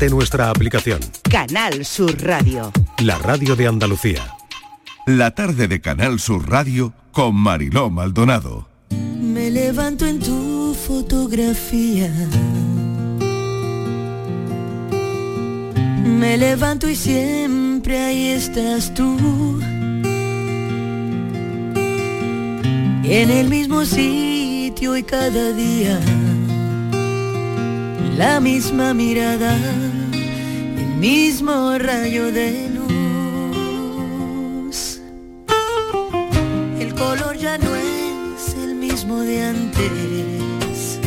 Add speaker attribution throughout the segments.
Speaker 1: de nuestra aplicación.
Speaker 2: Canal Sur Radio.
Speaker 1: La radio de Andalucía.
Speaker 3: La tarde de Canal Sur Radio con Mariló Maldonado.
Speaker 4: Me levanto en tu fotografía. Me levanto y siempre ahí estás tú. En el mismo sitio y cada día. La misma mirada, el mismo rayo de luz. El color ya no es el mismo de antes.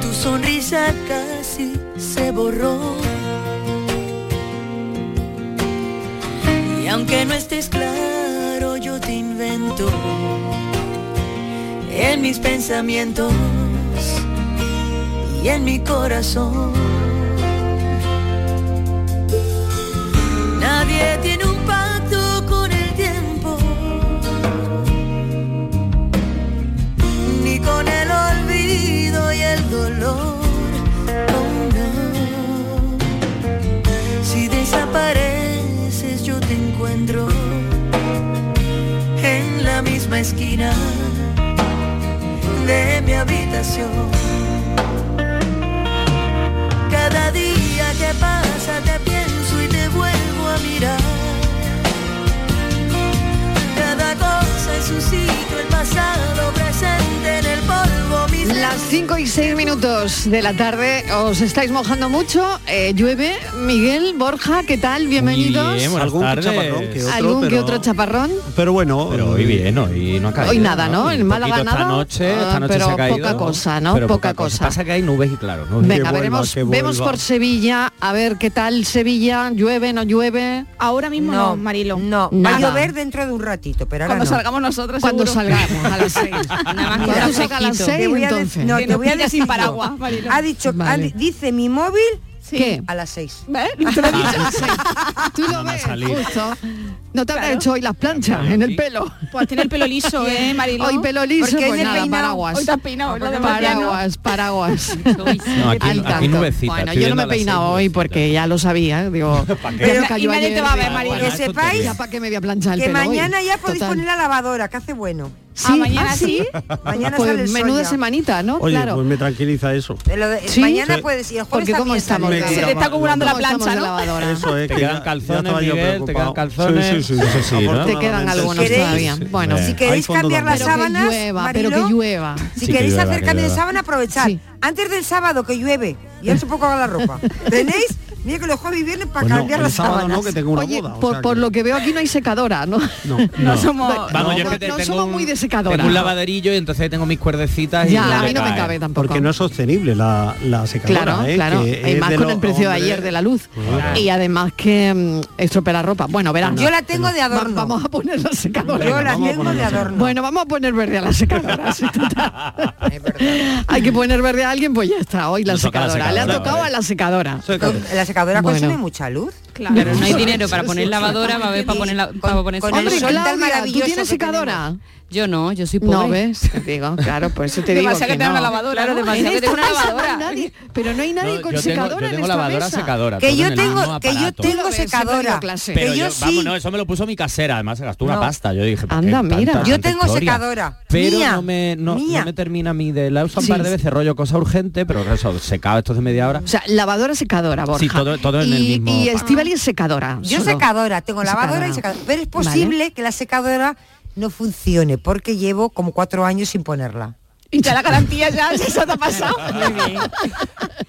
Speaker 4: Tu sonrisa casi se borró. Y aunque no estés claro, yo te invento en mis pensamientos y en mi corazón. Nadie tiene un pacto con el tiempo, ni con el olvido y el dolor. Oh, no. Si desapareces yo te encuentro en la misma esquina de mi habitación cada día que pasa te pienso y te vuelvo a mirar. Cada cosa en su sitio, el pasado presente en el polvo. Mis
Speaker 5: Las 5 y 6 minutos de la tarde, os estáis mojando mucho, eh, llueve. Miguel, Borja, ¿qué tal? Bienvenidos.
Speaker 6: bien, buenas
Speaker 5: ¿Algún,
Speaker 6: tardes.
Speaker 5: chaparrón que otro,
Speaker 6: Algún que otro
Speaker 5: chaparrón?
Speaker 6: Pero bueno, pero hoy bien, hoy no ha caído.
Speaker 5: Hoy nada, ¿no?
Speaker 6: Un
Speaker 5: En Málaga
Speaker 6: poquito
Speaker 5: nada,
Speaker 6: Esta noche,
Speaker 5: ah,
Speaker 6: esta noche
Speaker 5: pero
Speaker 6: se ha caído.
Speaker 5: poca cosa, ¿no?
Speaker 6: Pero
Speaker 5: Poca cosa.
Speaker 6: Pasa que hay nubes y claro, ¿no?
Speaker 5: Venga, veremos, vemos por Sevilla, a ver qué tal Sevilla, llueve, no llueve. Ahora mismo
Speaker 7: no,
Speaker 5: Marilo. No,
Speaker 7: Oh, Va a llover dentro de un ratito, pero ahora
Speaker 5: Cuando
Speaker 7: no.
Speaker 5: salgamos nosotros, Cuando seguro. salgamos, a las seis.
Speaker 7: Nada
Speaker 5: Cuando
Speaker 7: más
Speaker 5: salga a las seis,
Speaker 7: Te voy a de-
Speaker 5: entonces.
Speaker 7: No,
Speaker 5: Que
Speaker 7: te
Speaker 5: nos
Speaker 7: voy a
Speaker 5: pille
Speaker 7: decir
Speaker 5: sin
Speaker 7: yo.
Speaker 5: paraguas, Marilo.
Speaker 7: Ha dicho, ha
Speaker 5: Ah, Vale. ¿Eh?
Speaker 7: di- dice mi móvil
Speaker 5: ¿Qué?
Speaker 7: a las seis.
Speaker 5: Tú lo ves, justo. No te habrá hecho hoy las planchas en el pelo.
Speaker 8: Pues tiene el pelo liso, ¿eh, Mariló?
Speaker 5: Hoy pelo liso,
Speaker 8: Porque hoy
Speaker 5: pues
Speaker 8: se
Speaker 5: nada,
Speaker 8: peinado.
Speaker 5: paraguas.
Speaker 8: Hoy te has peinado, lo de Marciano.
Speaker 5: paraguas, paraguas.
Speaker 6: No, aquí-
Speaker 5: Al
Speaker 6: aquí
Speaker 5: tanto.
Speaker 6: nubecita,
Speaker 5: bueno,
Speaker 6: estoy
Speaker 5: yo no
Speaker 6: viendo
Speaker 5: me
Speaker 6: a
Speaker 5: he
Speaker 6: las
Speaker 5: peinado
Speaker 6: seis
Speaker 5: hoy porque ya lo sabía, digo.
Speaker 6: qué?
Speaker 5: ya me
Speaker 6: Y
Speaker 5: cayó
Speaker 8: nadie
Speaker 5: ayer,
Speaker 8: te va a ver,
Speaker 5: digo,
Speaker 8: Marilo.
Speaker 5: bueno,
Speaker 7: Que sepáis
Speaker 5: Ya para qué me voy a planchar el
Speaker 7: que
Speaker 5: pelo hoy.
Speaker 7: mañana ya podéis
Speaker 5: Total.
Speaker 7: poner la lavadora, que hace bueno.
Speaker 5: Sí,
Speaker 8: Ah, mañana
Speaker 5: ah,
Speaker 8: sí.
Speaker 7: Mañana
Speaker 5: pues
Speaker 7: sale el sol
Speaker 5: menuda
Speaker 7: ya.
Speaker 5: semanita, ¿no?
Speaker 6: Oye,
Speaker 5: claro.
Speaker 6: pues me tranquiliza eso.
Speaker 7: Eh, lo de-
Speaker 5: Sí.
Speaker 7: Mañana
Speaker 6: Sí.
Speaker 7: puedes ir el jueves
Speaker 5: porque cómo
Speaker 7: también
Speaker 5: estamos,
Speaker 7: sale.
Speaker 6: Me
Speaker 5: de-
Speaker 8: Se le está acumulando la
Speaker 5: ¿Cómo estamos
Speaker 8: plancha,
Speaker 5: de
Speaker 8: ¿no?
Speaker 5: lavadora?
Speaker 6: Eso es
Speaker 9: Te
Speaker 6: que
Speaker 9: quedan
Speaker 6: ya- ya
Speaker 9: calzones,
Speaker 6: estaba yo
Speaker 9: Miguel, te quedan
Speaker 6: preocupado.
Speaker 9: calzones.
Speaker 6: Sí, sí, sí.
Speaker 9: Eso sí, ¿no?
Speaker 5: Te quedan
Speaker 6: Afortunadamente,
Speaker 5: algunos
Speaker 6: sí.
Speaker 5: todavía. Bueno,
Speaker 6: Eh,
Speaker 7: Si
Speaker 6: hay
Speaker 7: queréis
Speaker 6: fondo
Speaker 7: cambiar las
Speaker 6: donde-
Speaker 5: pero que
Speaker 7: sábanas,
Speaker 5: llueva, pero
Speaker 7: Mariló,
Speaker 5: que llueva.
Speaker 7: Si
Speaker 9: Sí, que
Speaker 7: queréis
Speaker 9: llueva,
Speaker 7: hacer
Speaker 9: que
Speaker 7: cambio de
Speaker 9: llueva.
Speaker 7: sábana, aprovechad.
Speaker 5: Sí.
Speaker 7: Antes del sábado que llueve, y eso poco haga la ropa. ¿Tenéis? Mira que los jueves y viernes para
Speaker 6: Pues no,
Speaker 7: cambiar
Speaker 6: el
Speaker 7: las
Speaker 6: sábado
Speaker 7: sábanas.
Speaker 6: no, que tengo una
Speaker 5: Oye,
Speaker 6: boda. o
Speaker 5: por,
Speaker 6: sea
Speaker 5: por
Speaker 6: que-
Speaker 5: lo que veo aquí no hay secadora, ¿no?
Speaker 6: No,
Speaker 8: No,
Speaker 6: no.
Speaker 8: somos...
Speaker 5: No,
Speaker 9: Vamos, yo es
Speaker 5: no,
Speaker 9: que te
Speaker 5: no
Speaker 9: tengo
Speaker 5: somos
Speaker 9: un-
Speaker 5: muy de secadora.
Speaker 9: Tengo un lavaderillo y entonces tengo mis cuerdecitas y
Speaker 5: Ya, a mí no me
Speaker 9: cae.
Speaker 5: cabe tampoco.
Speaker 6: Porque no es sostenible la, la secadora,
Speaker 5: Claro,
Speaker 6: ¿eh?
Speaker 5: claro.
Speaker 6: Que
Speaker 5: Y
Speaker 6: es
Speaker 5: más
Speaker 6: de
Speaker 5: con
Speaker 6: los
Speaker 5: el precio de
Speaker 6: hombres-
Speaker 5: ayer de la luz.
Speaker 6: Claro.
Speaker 5: Y además que mm, estropea la ropa. Bueno, verás.
Speaker 7: Yo la tengo de
Speaker 5: Va-
Speaker 7: adorno.
Speaker 5: vamos a poner la secadora.
Speaker 7: Yo la
Speaker 6: vamos a
Speaker 7: tengo de
Speaker 6: ponerlo.
Speaker 7: adorno.
Speaker 5: Bueno, vamos a poner verde a la secadora. sí, total. Hay que poner verde a alguien, pues ya está. Hoy la
Speaker 9: Nos toca la
Speaker 5: secadora. Le ha
Speaker 9: secadora,
Speaker 5: tocado
Speaker 9: vale.
Speaker 5: a la secadora.
Speaker 7: La secadora
Speaker 5: Bueno.
Speaker 7: consume mucha luz.
Speaker 8: Claro,
Speaker 10: Pero no hay dinero para poner lavadora, va a haber para poner la- para poner
Speaker 7: con el
Speaker 5: Hombre,
Speaker 7: sol tan
Speaker 5: Claudia, ¿tú
Speaker 7: maravilloso
Speaker 5: tienes
Speaker 7: que tenemos.
Speaker 5: secadora?
Speaker 10: Yo no, yo soy pobre.
Speaker 5: No, ¿ves? Te digo, claro, por eso te digo
Speaker 8: Demasiado que
Speaker 5: que
Speaker 8: tenga una
Speaker 5: no.
Speaker 8: lavadora,
Speaker 10: Claro,
Speaker 8: ¿no?
Speaker 10: demasiado
Speaker 5: En
Speaker 10: que
Speaker 5: esta
Speaker 10: tenga una
Speaker 5: mesa no hay
Speaker 10: lavadora.
Speaker 5: nadie- pero no hay nadie
Speaker 9: No,
Speaker 5: con
Speaker 9: yo tengo,
Speaker 5: secadora
Speaker 9: yo
Speaker 5: en
Speaker 9: tengo
Speaker 5: esta
Speaker 9: lavadora,
Speaker 5: mesa.
Speaker 9: secadora.
Speaker 7: Que
Speaker 9: todo en
Speaker 7: yo
Speaker 9: el mismo
Speaker 7: tengo, que yo
Speaker 5: Tú
Speaker 9: aparato.
Speaker 5: lo
Speaker 7: tengo
Speaker 5: ves, siempre
Speaker 7: secadora.
Speaker 5: doy clase.
Speaker 9: Pero
Speaker 7: Que yo
Speaker 9: yo, vamos,
Speaker 7: sí.
Speaker 9: no, eso me lo puso mi casera, además se gastó una
Speaker 7: No.
Speaker 9: pasta. Yo dije, ¿por qué
Speaker 5: Anda,
Speaker 9: tanta-
Speaker 5: mira.
Speaker 9: tanta
Speaker 5: Yo
Speaker 7: tengo
Speaker 9: historia?
Speaker 7: secadora,
Speaker 9: Pero
Speaker 7: mía,
Speaker 9: no me no,
Speaker 7: mía.
Speaker 9: no me termina a mí de la he usado un
Speaker 5: Sí.
Speaker 9: par de veces rollo cosa urgente, pero eso secado esto de media hora.
Speaker 5: O sea, lavadora, secadora, Borja.
Speaker 9: Sí, todo- todo en
Speaker 5: y,
Speaker 9: el mismo
Speaker 5: Y
Speaker 9: pack.
Speaker 5: Estivali es secadora.
Speaker 7: Yo
Speaker 5: solo.
Speaker 7: secadora, tengo lavadora
Speaker 5: Secadora.
Speaker 7: y secadora. Pero es posible que la secadora no funcione porque llevo como cuatro años sin ponerla.
Speaker 8: Y ya la garantía ya, ya se te ha pasado.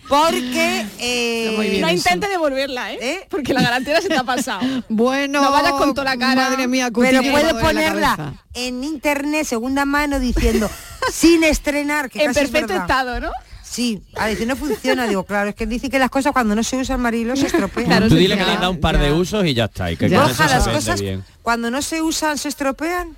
Speaker 7: Porque eh,
Speaker 5: Muy bien.
Speaker 8: No
Speaker 5: eso.
Speaker 8: intentes devolverla, ¿eh?
Speaker 7: ¿Eh?
Speaker 8: Porque la garantía ya se te ha pasado.
Speaker 5: Bueno,
Speaker 8: No vayas con toda la cara.
Speaker 5: Madre mía, cutillo,
Speaker 7: pero
Speaker 5: me
Speaker 7: puedes
Speaker 5: duele la
Speaker 7: ponerla
Speaker 5: cabeza.
Speaker 7: en internet segunda mano diciendo sin estrenar que
Speaker 8: En
Speaker 7: casi es
Speaker 8: perfecto
Speaker 7: verdad.
Speaker 8: estado, ¿no?
Speaker 7: Sí, a veces no funciona, digo, claro, es que dicen que las cosas cuando no se usan marilo se estropean.
Speaker 5: Claro,
Speaker 9: Tú
Speaker 5: sí,
Speaker 9: dile
Speaker 5: ya,
Speaker 9: que le han dado un par de
Speaker 5: ya.
Speaker 9: usos y ya está. Y que
Speaker 5: Ya.
Speaker 9: con
Speaker 7: Borja,
Speaker 9: eso se
Speaker 7: las
Speaker 9: vende
Speaker 7: cosas
Speaker 9: bien.
Speaker 7: cuando no se usan se estropean.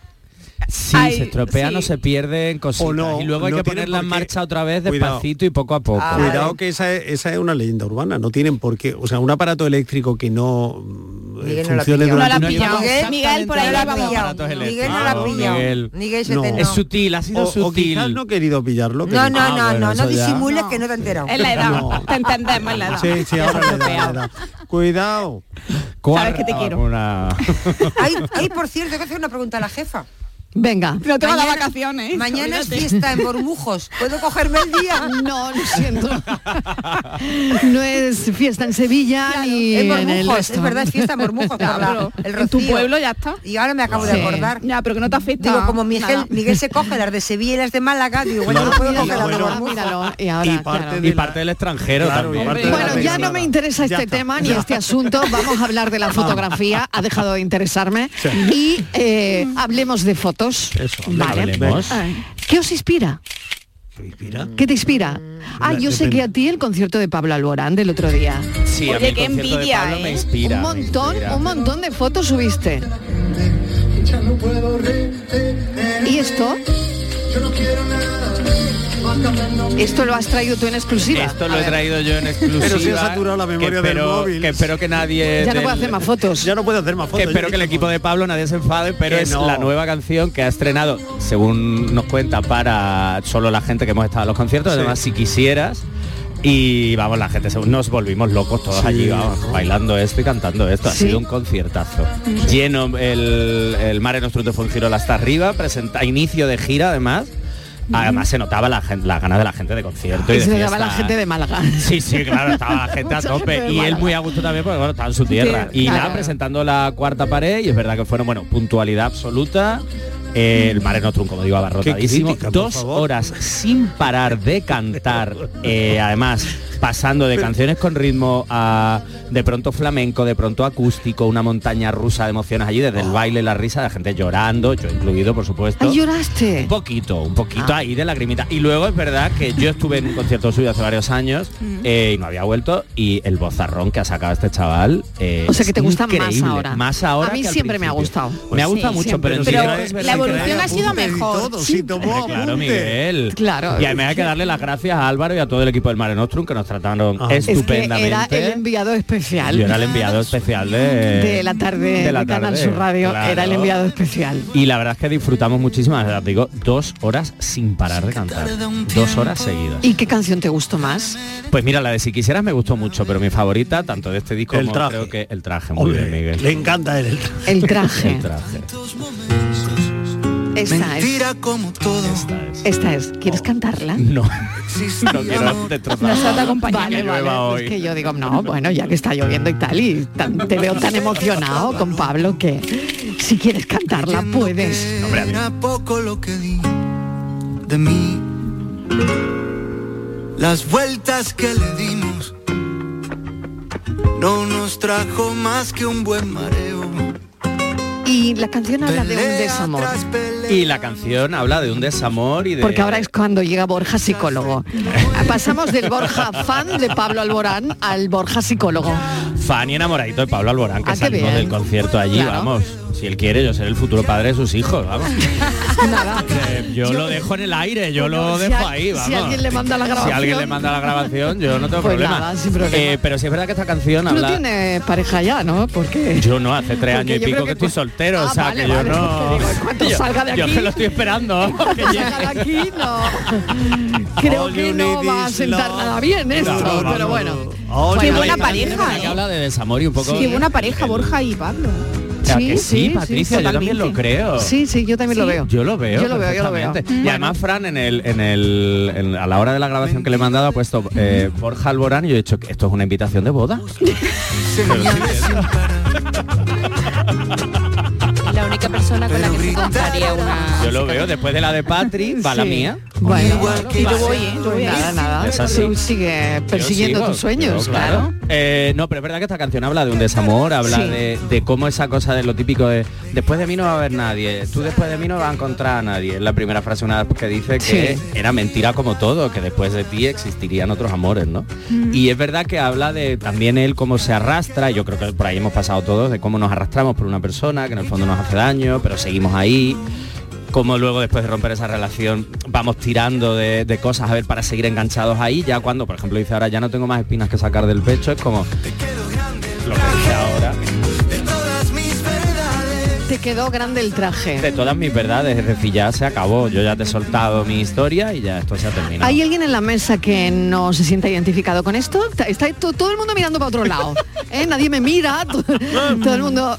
Speaker 9: Si
Speaker 8: Ay,
Speaker 9: se estropea, no
Speaker 8: sí.
Speaker 9: se pierden cositas.
Speaker 6: O no,
Speaker 9: y luego hay
Speaker 6: no
Speaker 9: que
Speaker 6: tienen
Speaker 9: ponerla
Speaker 6: por
Speaker 9: en
Speaker 6: qué-
Speaker 9: marcha otra vez
Speaker 6: Cuidado.
Speaker 9: despacito y poco a poco.
Speaker 6: Cuidado que esa es, esa es una leyenda urbana, no tienen por qué, o sea, un aparato eléctrico que no mm,
Speaker 7: Miguel no la ha
Speaker 6: funcione durante
Speaker 7: pillado.
Speaker 8: No la ha
Speaker 6: un año-
Speaker 8: pillado. Miguel, Miguel, por ahí
Speaker 7: la ha
Speaker 8: vamos.
Speaker 7: pillado.
Speaker 9: Aparatos
Speaker 7: Miguel no la ha
Speaker 9: eléctricos,
Speaker 7: pillado.
Speaker 9: Ah, Miguel.
Speaker 7: Miguel se
Speaker 6: No.
Speaker 7: te- no.
Speaker 9: Es sutil, ha
Speaker 6: o,
Speaker 9: sido
Speaker 6: o
Speaker 9: sutil.
Speaker 6: quizás no he querido pillarlo. que-
Speaker 7: No, no,
Speaker 9: Ah,
Speaker 7: no,
Speaker 9: bueno,
Speaker 7: no, no
Speaker 9: eso ya.
Speaker 7: disimules que no te has enterado.
Speaker 8: Es la edad.
Speaker 6: No.
Speaker 8: Te entendemos, es la edad.
Speaker 6: Sí, sí, ahora le da, Ah, le da. Cuidado.
Speaker 9: Cuarta
Speaker 8: Sabes que te quiero.
Speaker 9: vacuna.
Speaker 7: Ay, ay, por cierto, hay que hacer una pregunta a la jefa.
Speaker 5: Venga.
Speaker 8: No te vas de
Speaker 7: Mañana-
Speaker 8: vacaciones. ¿eh?
Speaker 7: Mañana es fiesta en Bormujos. ¿Puedo cogerme el día?
Speaker 5: No, lo siento. No es fiesta en Sevilla ni
Speaker 7: en
Speaker 5: en el
Speaker 7: Bormujos,
Speaker 5: resto.
Speaker 7: es verdad, es fiesta en Bormujos. por la-
Speaker 8: Claro.
Speaker 7: el
Speaker 8: en tu
Speaker 7: rocío.
Speaker 8: pueblo ya está.
Speaker 7: Y ahora me acabo
Speaker 5: Sí.
Speaker 7: de acordar.
Speaker 8: Ya, pero que no te afecta.
Speaker 7: Digo, como Miguel,
Speaker 8: nada.
Speaker 7: Miguel se coge las de Sevilla y las de Málaga, digo, bueno,
Speaker 6: Claro,
Speaker 7: no puedo
Speaker 6: y
Speaker 7: coger las de
Speaker 6: bueno,
Speaker 7: Bormujos.
Speaker 5: míralo, y ahora,
Speaker 6: y parte
Speaker 5: claro.
Speaker 6: de
Speaker 9: Y
Speaker 6: la-
Speaker 9: parte del extranjero
Speaker 6: Claro, y
Speaker 9: también.
Speaker 6: parte de la
Speaker 5: Bueno, ya
Speaker 6: película.
Speaker 5: no me interesa
Speaker 6: Ya
Speaker 5: este
Speaker 6: está.
Speaker 5: tema ni este asunto. Vamos a hablar
Speaker 7: Ah.
Speaker 5: de la fotografía. Ha dejado de interesarme. Y eh, hablemos de fotos.
Speaker 6: Eso,
Speaker 5: vale. Ah.
Speaker 9: hablemos.
Speaker 5: Ay, ¿Qué os inspira?
Speaker 6: Mira,
Speaker 5: ¿Qué te inspira?
Speaker 8: Mm.
Speaker 5: Ah, yo sé que a ti el concierto de Pablo Alborán del otro día.
Speaker 9: Sí, a
Speaker 8: Oye,
Speaker 9: mí el
Speaker 8: qué
Speaker 9: concierto de
Speaker 8: envidia,
Speaker 9: Pablo me
Speaker 8: ¿eh?
Speaker 9: inspira,
Speaker 5: un
Speaker 9: me
Speaker 5: montón,
Speaker 9: inspira.
Speaker 5: un montón de fotos subiste. ¿Y esto? Esto lo has traído tú en exclusiva.
Speaker 9: Esto lo he traído yo en exclusiva.
Speaker 6: Pero si ha saturado la memoria
Speaker 9: que
Speaker 6: del
Speaker 9: espero,
Speaker 6: móvil.
Speaker 9: Que espero que nadie...
Speaker 5: ya no
Speaker 9: del-
Speaker 5: puedo hacer más fotos.
Speaker 6: ya no puedo hacer más
Speaker 9: que
Speaker 6: fotos.
Speaker 9: espero que el equipo de Pablo nadie se enfade, pero
Speaker 6: Que
Speaker 9: es
Speaker 6: no.
Speaker 9: la nueva canción que ha estrenado, según nos cuenta, para solo la gente que hemos estado a los conciertos,
Speaker 6: Sí.
Speaker 9: además si quisieras. Y vamos, la gente se- nos volvimos locos todos
Speaker 6: Sí,
Speaker 9: allí, vamos,
Speaker 6: ¿no?
Speaker 9: bailando esto y cantando esto. Ha
Speaker 5: Sí.
Speaker 9: sido un conciertazo. Lleno el, el Mare Nostrum de Fungirola hasta arriba, presenta inicio de gira además. Además se notaba la, gen- las ganas de la gente de concierto. Y
Speaker 5: Y
Speaker 9: de
Speaker 5: se le daba la
Speaker 9: fiesta.
Speaker 5: gente de Málaga.
Speaker 9: Sí, sí, claro, estaba la gente a
Speaker 5: Mucha gente
Speaker 9: tope.
Speaker 5: de
Speaker 9: Y él
Speaker 5: Málaga.
Speaker 9: muy a gusto también porque bueno, estaba en su tierra.
Speaker 5: Sí,
Speaker 9: y
Speaker 5: claro.
Speaker 9: nada, presentando la cuarta pared y es verdad que fueron, bueno, puntualidad absoluta. El Mare Nostrum, como digo, abarrotadísimo.
Speaker 6: Qué crítica, por
Speaker 9: Dos
Speaker 6: favor.
Speaker 9: horas sin parar de cantar. eh, además, pasando de canciones con ritmo a de pronto flamenco, de pronto acústico, una montaña rusa de emociones allí,
Speaker 6: Ah.
Speaker 9: desde el baile, la risa, de gente llorando, yo incluido, por supuesto.
Speaker 5: Ay, lloraste.
Speaker 9: Un poquito, un poquito
Speaker 6: Ah.
Speaker 9: ahí de lagrimita. Y luego es verdad que yo estuve en un concierto suyo hace varios años
Speaker 5: Mm.
Speaker 9: eh, y no había vuelto y el bozarrón que ha sacado este chaval. eh,
Speaker 5: O sea, que
Speaker 9: es
Speaker 5: te gusta más
Speaker 9: increíble,
Speaker 5: ahora.
Speaker 9: más ahora
Speaker 5: A mí
Speaker 9: que al
Speaker 5: siempre me ha
Speaker 9: principio.
Speaker 5: gustado.
Speaker 9: me ha
Speaker 5: Sí,
Speaker 9: gustado mucho,
Speaker 5: siempre.
Speaker 9: pero,
Speaker 8: Pero
Speaker 9: sí que es verdad
Speaker 8: la
Speaker 9: que-
Speaker 8: evolución ha sido
Speaker 6: Apuntes y
Speaker 8: mejor.
Speaker 6: todo, sí, tomó
Speaker 9: Hombre, Claro,
Speaker 6: apuntes.
Speaker 9: Miguel.
Speaker 5: Claro.
Speaker 9: Y además hay que darle las gracias a Álvaro y a todo el equipo del Mare Nostrum que nos trataron
Speaker 6: Ah. Es que
Speaker 5: Es que era
Speaker 9: estupendamente.
Speaker 5: el enviado especial.
Speaker 9: Yo era el enviado especial de,
Speaker 5: de la tarde de,
Speaker 9: Eh, la
Speaker 5: Canal
Speaker 9: tarde,
Speaker 5: Sur Radio era el
Speaker 9: claro.
Speaker 5: enviado especial.
Speaker 9: Y la verdad es que disfrutamos muchísimo, ya te digo, dos horas sin parar de cantar. Dos horas seguidas.
Speaker 5: ¿Y qué canción te gustó más?
Speaker 9: Pues mira, la de Si Quisieras me gustó mucho, pero mi favorita, tanto de este disco
Speaker 6: El
Speaker 9: como
Speaker 6: traje.
Speaker 9: creo que el traje. Muy
Speaker 6: Hombre,
Speaker 9: bien, Miguel.
Speaker 6: le encanta el
Speaker 5: El traje.
Speaker 9: El traje.
Speaker 5: Esta es.
Speaker 4: Mentira como todo.
Speaker 9: Esta es.
Speaker 5: Esta es. ¿Quieres cantarla?
Speaker 9: No,
Speaker 4: Existía
Speaker 9: no quiero destrozar.
Speaker 5: te
Speaker 9: Que llueva hoy.
Speaker 5: Es que yo digo, no, bueno, ya que está lloviendo y tal, y tan- te veo tan emocionado con Pablo que si quieres cantarla
Speaker 4: Creyendo
Speaker 5: puedes.
Speaker 4: que
Speaker 9: Hombre, a mí.
Speaker 4: era poco lo que di de mí. Las vueltas que le dimos no nos trajo más que un buen mareo.
Speaker 5: Y la canción habla de un
Speaker 4: Pelea
Speaker 5: desamor.
Speaker 4: tras pelea.
Speaker 9: Y la canción habla de un desamor y de...
Speaker 5: Porque ahora es cuando llega Borja psicólogo. Pasamos del Borja fan de Pablo Alborán al Borja psicólogo.
Speaker 9: Fan y enamoradito de Pablo Alborán, que
Speaker 5: Ah, qué
Speaker 9: salimos
Speaker 5: bien.
Speaker 9: del concierto allí,
Speaker 5: Claro.
Speaker 9: vamos. Si él quiere, yo seré el futuro padre de sus hijos, vamos.
Speaker 5: Nada.
Speaker 9: Eh, Yo lo dejo en el aire, yo
Speaker 5: Bueno,
Speaker 9: lo
Speaker 5: si
Speaker 9: dejo
Speaker 5: al-
Speaker 9: ahí,
Speaker 5: si
Speaker 9: vamos.
Speaker 5: alguien le manda la
Speaker 9: Si alguien
Speaker 5: grabación.
Speaker 9: le manda la grabación, yo no tengo
Speaker 5: Pues
Speaker 9: problema.
Speaker 5: nada, sin problema.
Speaker 9: Eh, pero sí es verdad que esta
Speaker 5: Tú
Speaker 9: canción
Speaker 5: no
Speaker 9: habla...
Speaker 5: tienes pareja ya, ¿no? Porque
Speaker 9: Yo no, hace
Speaker 5: Porque
Speaker 9: tres años y
Speaker 5: yo creo
Speaker 9: pico que,
Speaker 5: que
Speaker 9: estoy
Speaker 5: cu-
Speaker 9: soltero,
Speaker 5: Ah,
Speaker 9: o sea
Speaker 5: vale,
Speaker 9: que yo
Speaker 5: vale,
Speaker 9: no.
Speaker 5: porque digo, en cuanto
Speaker 9: yo,
Speaker 5: salga de
Speaker 9: yo
Speaker 5: aquí-
Speaker 9: que lo estoy esperando. que llegue.
Speaker 5: Sacar aquí no. Creo
Speaker 6: All
Speaker 5: que
Speaker 6: you
Speaker 5: no
Speaker 6: need
Speaker 5: va a
Speaker 6: is
Speaker 5: sentar
Speaker 6: love.
Speaker 5: nada bien esto,
Speaker 6: No, no,
Speaker 5: pero
Speaker 6: no,
Speaker 5: bueno.
Speaker 6: no. All
Speaker 8: Qué
Speaker 5: Bueno,
Speaker 8: buena
Speaker 5: ahí-
Speaker 8: pareja,
Speaker 9: Tiene que
Speaker 8: ¿eh?
Speaker 9: habla de desamor y un poco.
Speaker 8: Qué buena pareja,
Speaker 9: el-
Speaker 8: Borja y Pablo.
Speaker 9: ¿A
Speaker 5: Sí,
Speaker 9: que sí,
Speaker 5: sí,
Speaker 9: Patricia,
Speaker 8: sí,
Speaker 9: yo también lo
Speaker 8: totalmente.
Speaker 9: creo.
Speaker 5: Sí, sí, yo también lo veo.
Speaker 9: Yo lo veo.
Speaker 5: Yo lo veo, yo lo veo. Mm.
Speaker 9: perfectamente. Y además Fran en el, en el en- a la hora de la grabación que le he mandado ha puesto eh, Borja Alborán y yo he dicho que esto es una invitación de boda.
Speaker 4: Señales sin parar.
Speaker 10: La única persona con la que se compraría una...
Speaker 9: Yo lo veo, después de la de Patri, va la
Speaker 5: Sí.
Speaker 9: mía.
Speaker 5: Bueno,
Speaker 4: Igual que
Speaker 8: Y yo voy, ¿eh? Yo voy.
Speaker 5: nada, nada.
Speaker 9: Es así.
Speaker 5: Tú sigue
Speaker 9: Yo
Speaker 5: persiguiendo
Speaker 9: sigo,
Speaker 5: tus sueños,
Speaker 9: yo,
Speaker 5: claro.
Speaker 9: Eh, no, pero es verdad que esta canción habla de un desamor, habla
Speaker 5: Sí.
Speaker 9: de, de cómo esa cosa de lo típico de después de mí no va a haber nadie, tú después de mí no vas a encontrar a nadie. Es la primera frase una vez que dice que
Speaker 5: Sí.
Speaker 9: era mentira como todo, que después de ti existirían otros amores, ¿no? Y es verdad que habla de también él cómo se arrastra, yo creo que por ahí hemos pasado todos, de cómo nos arrastramos por una persona que en el fondo nos hace daño, pero seguimos ahí. como luego después de romper esa relación vamos tirando de, de cosas a ver para seguir enganchados ahí, ya cuando, por ejemplo, dice ahora ya no tengo más espinas que sacar del pecho, es como lo que dice ahora.
Speaker 5: Te quedó grande el traje.
Speaker 9: De todas mis verdades, es decir, ya se acabó, yo ya te he soltado mi historia y ya esto se ha terminado.
Speaker 5: ¿Hay alguien en la mesa que no se sienta identificado con esto? Está, está to- todo el mundo mirando para otro lado. ¿eh? Nadie me mira, to- todo, el mundo.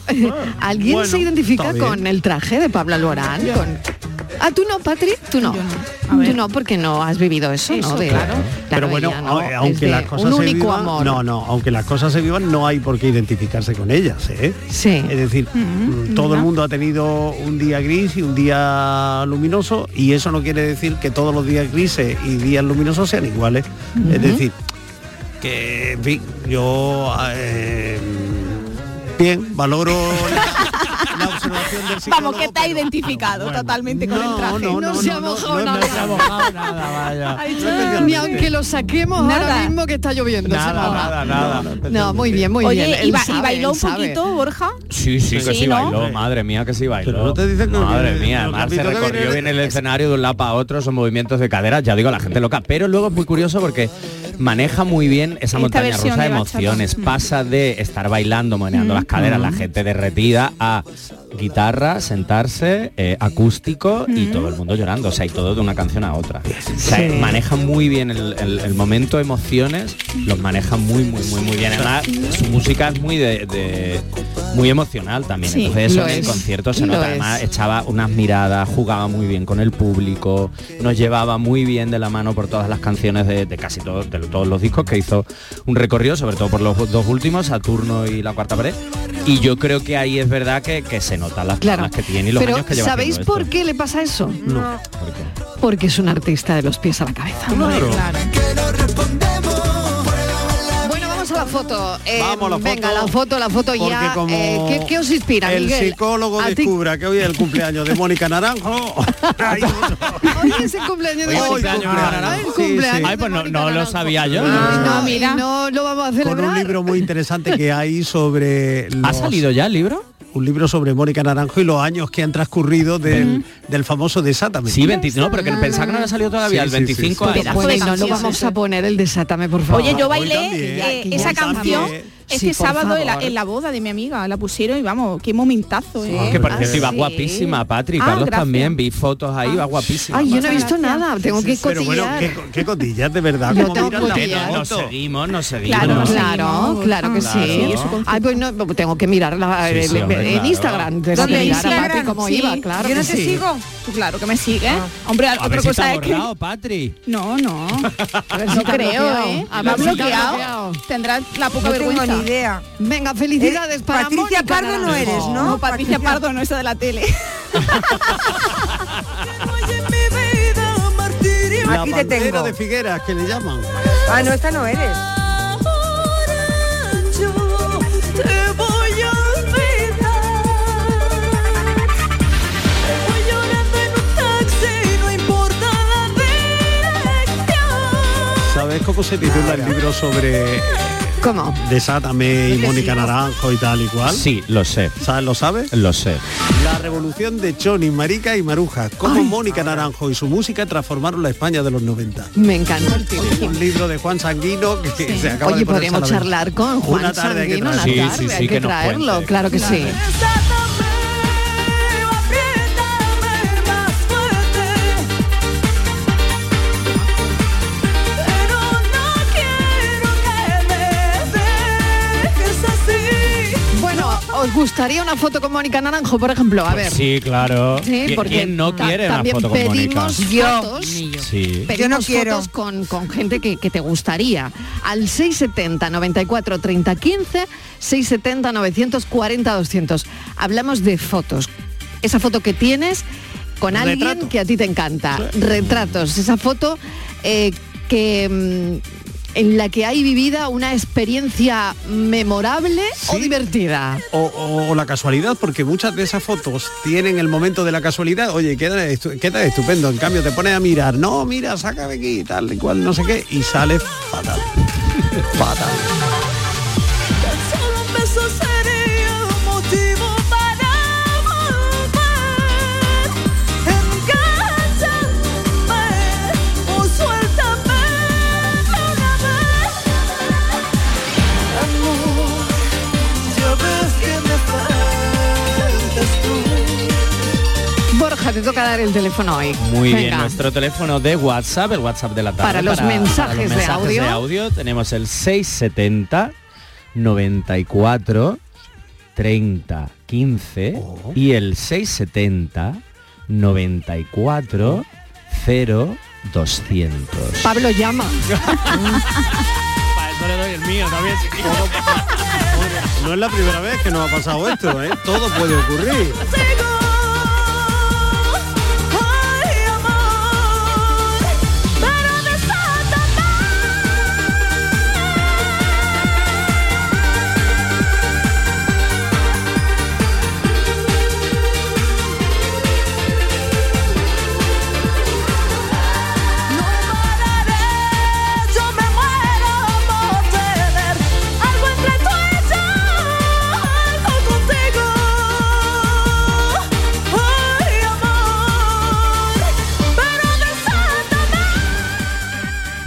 Speaker 5: ¿Alguien
Speaker 6: Bueno,
Speaker 5: se identifica
Speaker 6: está bien.
Speaker 5: con el traje de Pablo Alborán? Con... Ah, tú no, Patri, tú no. Tú no, porque no has vivido eso, ¿no? De-
Speaker 10: claro.
Speaker 5: claro,
Speaker 6: Pero bueno,
Speaker 5: ella no,
Speaker 6: a-
Speaker 5: es
Speaker 6: aunque
Speaker 5: de
Speaker 6: las cosas
Speaker 5: un
Speaker 6: se
Speaker 5: único
Speaker 6: vivan,
Speaker 5: amor.
Speaker 6: no, no, aunque las cosas se vivan, no hay por qué identificarse con ellas, ¿eh?
Speaker 5: Sí.
Speaker 6: Es decir, mm, todo el mundo ha tenido un día gris y un día luminoso y eso no quiere decir que todos los días grises y días luminosos sean iguales. Es decir, que en fin, yo eh, bien valoro la, la observación del psicólogo.
Speaker 8: Vamos, que está
Speaker 6: pero-
Speaker 8: identificado
Speaker 6: bueno,
Speaker 8: totalmente con el traje.
Speaker 5: No se ha mojado
Speaker 6: no, no,
Speaker 5: nada.
Speaker 6: se ha mojado nada, vaya.
Speaker 5: Ay,
Speaker 6: No especialmente.
Speaker 5: Ni aunque lo saquemos
Speaker 8: Nada.
Speaker 5: ahora mismo que está lloviendo. se
Speaker 6: Nada,
Speaker 5: moja.
Speaker 6: nada, nada.
Speaker 5: No, muy bien, muy bien.
Speaker 8: Oye,
Speaker 5: Él
Speaker 8: y, ba- y
Speaker 5: sabe,
Speaker 8: bailó
Speaker 5: él
Speaker 8: un
Speaker 5: sabe.
Speaker 8: poquito, Borja.
Speaker 9: Sí, sí, que
Speaker 8: Sí,
Speaker 9: sí,
Speaker 8: ¿no?
Speaker 9: bailó, madre mía, que sí bailó.
Speaker 6: Pero no te dicen que
Speaker 9: madre
Speaker 6: viene-
Speaker 9: mía,
Speaker 6: lo
Speaker 9: además se
Speaker 6: capito que viene-
Speaker 9: recorrió bien el escenario de un lado para otro, son movimientos de cadera, ya digo, la gente loca. Pero luego es muy curioso porque maneja muy bien esa
Speaker 8: Esta
Speaker 9: montaña
Speaker 8: versión
Speaker 9: rusa de
Speaker 8: de bachata.
Speaker 9: emociones.
Speaker 8: Mm.
Speaker 9: Pasa de estar bailando, moneando las caderas, la gente derretida, a guitarra, sentarse, eh, acústico
Speaker 8: Mm.
Speaker 9: y todo el mundo llorando. O sea, y todo de una canción a otra. O sea, maneja muy bien el, el- el momento, emociones, los maneja muy, muy, muy, muy bien. Además, su música es muy de... de- muy emocional también.
Speaker 8: Sí,
Speaker 9: Entonces eso
Speaker 5: lo
Speaker 9: en el
Speaker 5: es.
Speaker 9: concierto se
Speaker 5: Lo
Speaker 9: nota.
Speaker 5: es.
Speaker 9: Además, echaba unas miradas, jugaba muy bien con el público, nos llevaba muy bien de la mano por todas las canciones de, de casi todos, de todos los discos que hizo un recorrido, sobre todo por los dos últimos, Saturno y la cuarta pared. Y yo creo que ahí es verdad que, que se notan las
Speaker 5: Claro.
Speaker 9: ganas que tiene y los
Speaker 5: Pero
Speaker 9: años que lleva
Speaker 5: ¿sabéis
Speaker 9: haciendo
Speaker 5: por
Speaker 9: esto.
Speaker 5: qué le pasa eso?
Speaker 9: ¿Por qué?
Speaker 5: Porque es un artista de los pies a la cabeza.
Speaker 6: Claro.
Speaker 5: Bueno, vamos a la foto. Eh,
Speaker 6: Vamos a la foto.
Speaker 5: Venga, la foto, la foto
Speaker 6: Porque
Speaker 5: ya.
Speaker 6: como
Speaker 5: Eh, ¿qué, qué os inspira,
Speaker 6: El
Speaker 5: Miguel? Ah,
Speaker 6: psicólogo
Speaker 5: ¿A ti?
Speaker 6: descubra que hoy es el cumpleaños de Mónica Naranjo. Ay,
Speaker 5: Hoy es el cumpleaños de
Speaker 6: Hoy
Speaker 5: Mónica
Speaker 6: cumpleaños de
Speaker 5: Naranjo.
Speaker 6: Naranjo.
Speaker 5: El
Speaker 6: Sí,
Speaker 5: cumpleaños
Speaker 6: sí.
Speaker 5: de
Speaker 9: Ay, pues no,
Speaker 5: Mónica
Speaker 9: no lo
Speaker 5: Naranjo.
Speaker 9: sabía yo.
Speaker 5: Y
Speaker 8: Ah.
Speaker 5: no,
Speaker 8: No, mira.
Speaker 5: y no lo vamos a celebrar.
Speaker 6: con un libro muy interesante que hay sobre
Speaker 9: ¿Ha
Speaker 6: los-
Speaker 9: salido ya el libro?
Speaker 6: un libro sobre Mónica Naranjo y los años que han transcurrido del, del famoso desátame.
Speaker 9: Sí, 25, no, pero que pensaba que no había salido todavía,
Speaker 6: Sí,
Speaker 9: el
Speaker 6: sí, sí,
Speaker 9: 25
Speaker 6: sí.
Speaker 9: años.
Speaker 5: Pero bueno, no Pues lo vamos a poner el desátame, por favor.
Speaker 8: Oye, yo
Speaker 6: hoy
Speaker 8: bailé
Speaker 6: también,
Speaker 8: eh,
Speaker 5: que ya
Speaker 8: esa
Speaker 5: estamos.
Speaker 8: canción
Speaker 5: Sí,
Speaker 8: este
Speaker 5: por
Speaker 8: sábado en la,
Speaker 5: favor.
Speaker 8: en la boda de mi amiga. La pusieron y vamos, qué momentazo. ¿eh?
Speaker 9: Que por
Speaker 5: Ah,
Speaker 9: cierto Oh, iba
Speaker 5: sí.
Speaker 9: guapísima, Patri,
Speaker 8: Ah,
Speaker 9: Carlos
Speaker 8: gracias. Ah,
Speaker 9: también, vi fotos ahí, iba guapísima.
Speaker 5: Ay, yo no he
Speaker 8: Muchas
Speaker 5: visto
Speaker 8: gracias.
Speaker 5: nada, tengo que
Speaker 6: Pero bueno,
Speaker 5: cotillar.
Speaker 6: qué, qué cotillas, de verdad.
Speaker 5: Yo
Speaker 6: cómo
Speaker 5: tengo
Speaker 6: miran la
Speaker 5: cotillas.
Speaker 6: foto.
Speaker 9: No seguimos, no seguimos.
Speaker 8: Claro,
Speaker 5: Claro,
Speaker 8: no sé.
Speaker 5: claro, claro que sí.
Speaker 9: Claro.
Speaker 5: Ay, pues no, tengo que mirar la-
Speaker 9: Sí, sí,
Speaker 5: el-
Speaker 9: hombre,
Speaker 5: en
Speaker 9: claro.
Speaker 5: Instagram. tengo
Speaker 7: ¿Dónde?
Speaker 5: que mirar a
Speaker 7: Instagram,
Speaker 5: Patri cómo
Speaker 8: sí.
Speaker 5: iba, claro.
Speaker 7: Yo no
Speaker 5: que
Speaker 7: te
Speaker 5: sí. Ah.
Speaker 7: sigo.
Speaker 8: Tú Pues claro que me sigue. Hombre,
Speaker 9: A
Speaker 8: otra
Speaker 9: ver si
Speaker 8: cosa
Speaker 9: está
Speaker 8: es que...
Speaker 9: borrado, Patri.
Speaker 8: No, no.
Speaker 5: A ver si
Speaker 8: No
Speaker 5: te ha
Speaker 8: creo,
Speaker 5: bloqueado.
Speaker 8: ¿eh?
Speaker 5: A
Speaker 8: Lo ha
Speaker 5: ver si te ha
Speaker 8: bloqueado.
Speaker 5: bloqueado.
Speaker 8: Tendrás la poca
Speaker 7: No
Speaker 8: vergüenza.
Speaker 7: tengo ni idea.
Speaker 5: Venga, felicidades
Speaker 7: Eh,
Speaker 5: para
Speaker 7: Patricia
Speaker 5: Mónica
Speaker 7: Pardo no
Speaker 5: Naranjo.
Speaker 7: eres, ¿no?
Speaker 8: No, Patricia Pardo no esa de la tele.
Speaker 6: La
Speaker 7: Aquí te
Speaker 6: bandera
Speaker 7: tengo.
Speaker 6: de Figueras, que le llaman.
Speaker 7: Ah, no, esta no eres.
Speaker 6: ¿Sabes cómo se titula el libro sobre
Speaker 5: ¿Cómo?
Speaker 6: Desátame y Mónica Naranjo y tal y cual?
Speaker 9: Sí, lo sé,
Speaker 6: ¿Sabes? ¿Lo sabes?
Speaker 9: lo sé.
Speaker 6: La revolución de Choni, Marica y Maruja. Cómo Mónica Naranjo y su música transformaron la España de los 90.
Speaker 5: Me encanta el título.
Speaker 6: Un libro de Juan Sanguino que que se acaba
Speaker 5: Oye,
Speaker 6: de poner a
Speaker 5: podemos
Speaker 6: la venta.
Speaker 5: charlar con Juan
Speaker 6: Una tarde hay que
Speaker 5: Sanguino en la
Speaker 9: Sí,
Speaker 6: traer.
Speaker 5: tarde,
Speaker 9: sí, sí,
Speaker 5: hay que,
Speaker 9: que nos
Speaker 5: traerlo,
Speaker 9: cuente.
Speaker 5: claro que sí. Bueno, ¿os gustaría una foto con Mónica Naranjo, por ejemplo? A ver.
Speaker 9: Pues Sí, claro.
Speaker 5: Sí,
Speaker 9: ¿Qui- ¿Quién no
Speaker 5: ta-
Speaker 9: quiere una
Speaker 5: también
Speaker 9: foto con Mónica?
Speaker 5: pedimos
Speaker 7: Yo.
Speaker 5: fotos.
Speaker 9: Sí.
Speaker 5: Pedimos
Speaker 7: Yo no quiero.
Speaker 5: fotos con, con gente que, que te gustaría. Al 670 94 30 15, 670 940 200. Hablamos de fotos. Esa foto que tienes con
Speaker 6: Un
Speaker 5: alguien
Speaker 6: retrato.
Speaker 5: que a ti te encanta. Retratos. Esa foto eh, que... mm, en la que hay vivida una experiencia memorable o
Speaker 6: Sí.
Speaker 5: divertida.
Speaker 6: O, o- o la casualidad, porque muchas de esas fotos tienen el momento de la casualidad. Oye, queda, estu- queda estupendo. En cambio, te pones a mirar. No, mira, sácame aquí, tal y cual, no sé qué. Y sales fatal. fatal.
Speaker 4: sería motivo para volver.
Speaker 5: te toca dar el teléfono hoy.
Speaker 9: Muy bien,
Speaker 5: Venga.
Speaker 9: nuestro teléfono de WhatsApp, el WhatsApp de la tarde.
Speaker 5: Para los mensajes de audio.
Speaker 9: de audio tenemos el 670 94 30 15
Speaker 5: Oh.
Speaker 9: y el 670 94 0 200.
Speaker 5: Pablo llama.
Speaker 6: Para eso le doy el mío también. No es la primera vez que nos ha pasado esto, ¿eh? Todo puede ocurrir.
Speaker 11: Yo me muero por tener algo entre tú y yo, algo contigo. Ay, amor, pero desátame.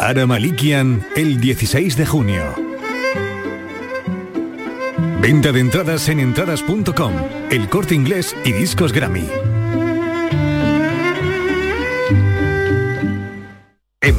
Speaker 1: Ara Malikian el 16 de junio. Venta de entradas en entradas.com, el corte inglés y discos Grammy. En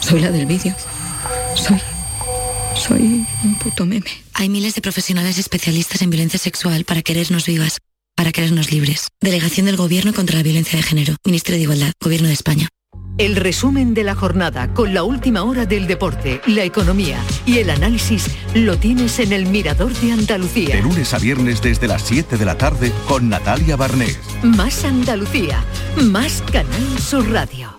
Speaker 12: Soy la del vídeo. Soy. Soy un puto meme.
Speaker 13: Hay miles de profesionales especialistas en violencia sexual para querernos vivas, para querernos libres. Delegación del Gobierno contra la Violencia de Género. Ministerio de Igualdad. Gobierno de España.
Speaker 14: El resumen de la jornada con la última hora del deporte, la economía y el análisis lo tienes en el Mirador de Andalucía.
Speaker 3: De lunes a viernes desde las 7 de la tarde con Natalia Barnés.
Speaker 14: Más Andalucía, más Canal Sur Radio.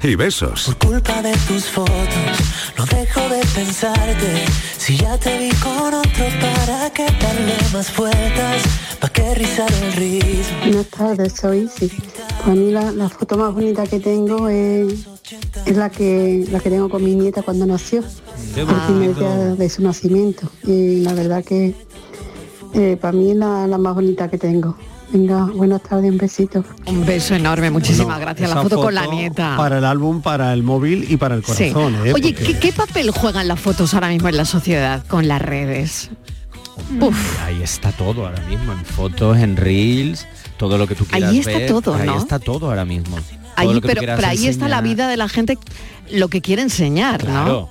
Speaker 3: y besos.
Speaker 11: Culpa de tus fotos, no dejo de pensarte. Si ya te vi con otro, ¿para qué darle más vueltas? ¿Para qué rizar el rizo?
Speaker 15: Buenas tardes, soy Isi. Para mí la, la foto más bonita que tengo es, es la, que, la que tengo con mi nieta cuando nació,
Speaker 16: Qué
Speaker 15: el primer
Speaker 16: bonito.
Speaker 15: día de su nacimiento. Y la verdad que eh, para mí es la, la más bonita que tengo. Venga, buenas tardes, un besito.
Speaker 5: Un beso enorme, muchísimas
Speaker 6: No,
Speaker 5: gracias. La
Speaker 6: esa
Speaker 5: foto, con la
Speaker 6: foto
Speaker 5: nieta.
Speaker 6: Para el álbum, para el móvil y para el
Speaker 5: Sí.
Speaker 6: corazón. ¿eh?
Speaker 5: Oye,
Speaker 6: Porque-
Speaker 5: ¿qué, qué papel juegan las fotos ahora mismo en la sociedad con las redes? Uf,
Speaker 9: Ahí está todo ahora mismo, en fotos, en reels, todo lo que tú quieras
Speaker 5: Ahí está
Speaker 9: ver,
Speaker 5: todo,
Speaker 9: Ahí
Speaker 5: ¿no?
Speaker 9: está todo ahora mismo. Todo
Speaker 5: Allí,
Speaker 9: lo que tú
Speaker 5: pero,
Speaker 9: quieras
Speaker 5: pero ahí está la
Speaker 9: enseñar.
Speaker 5: vida de la gente, lo que quiere enseñar,
Speaker 9: Claro,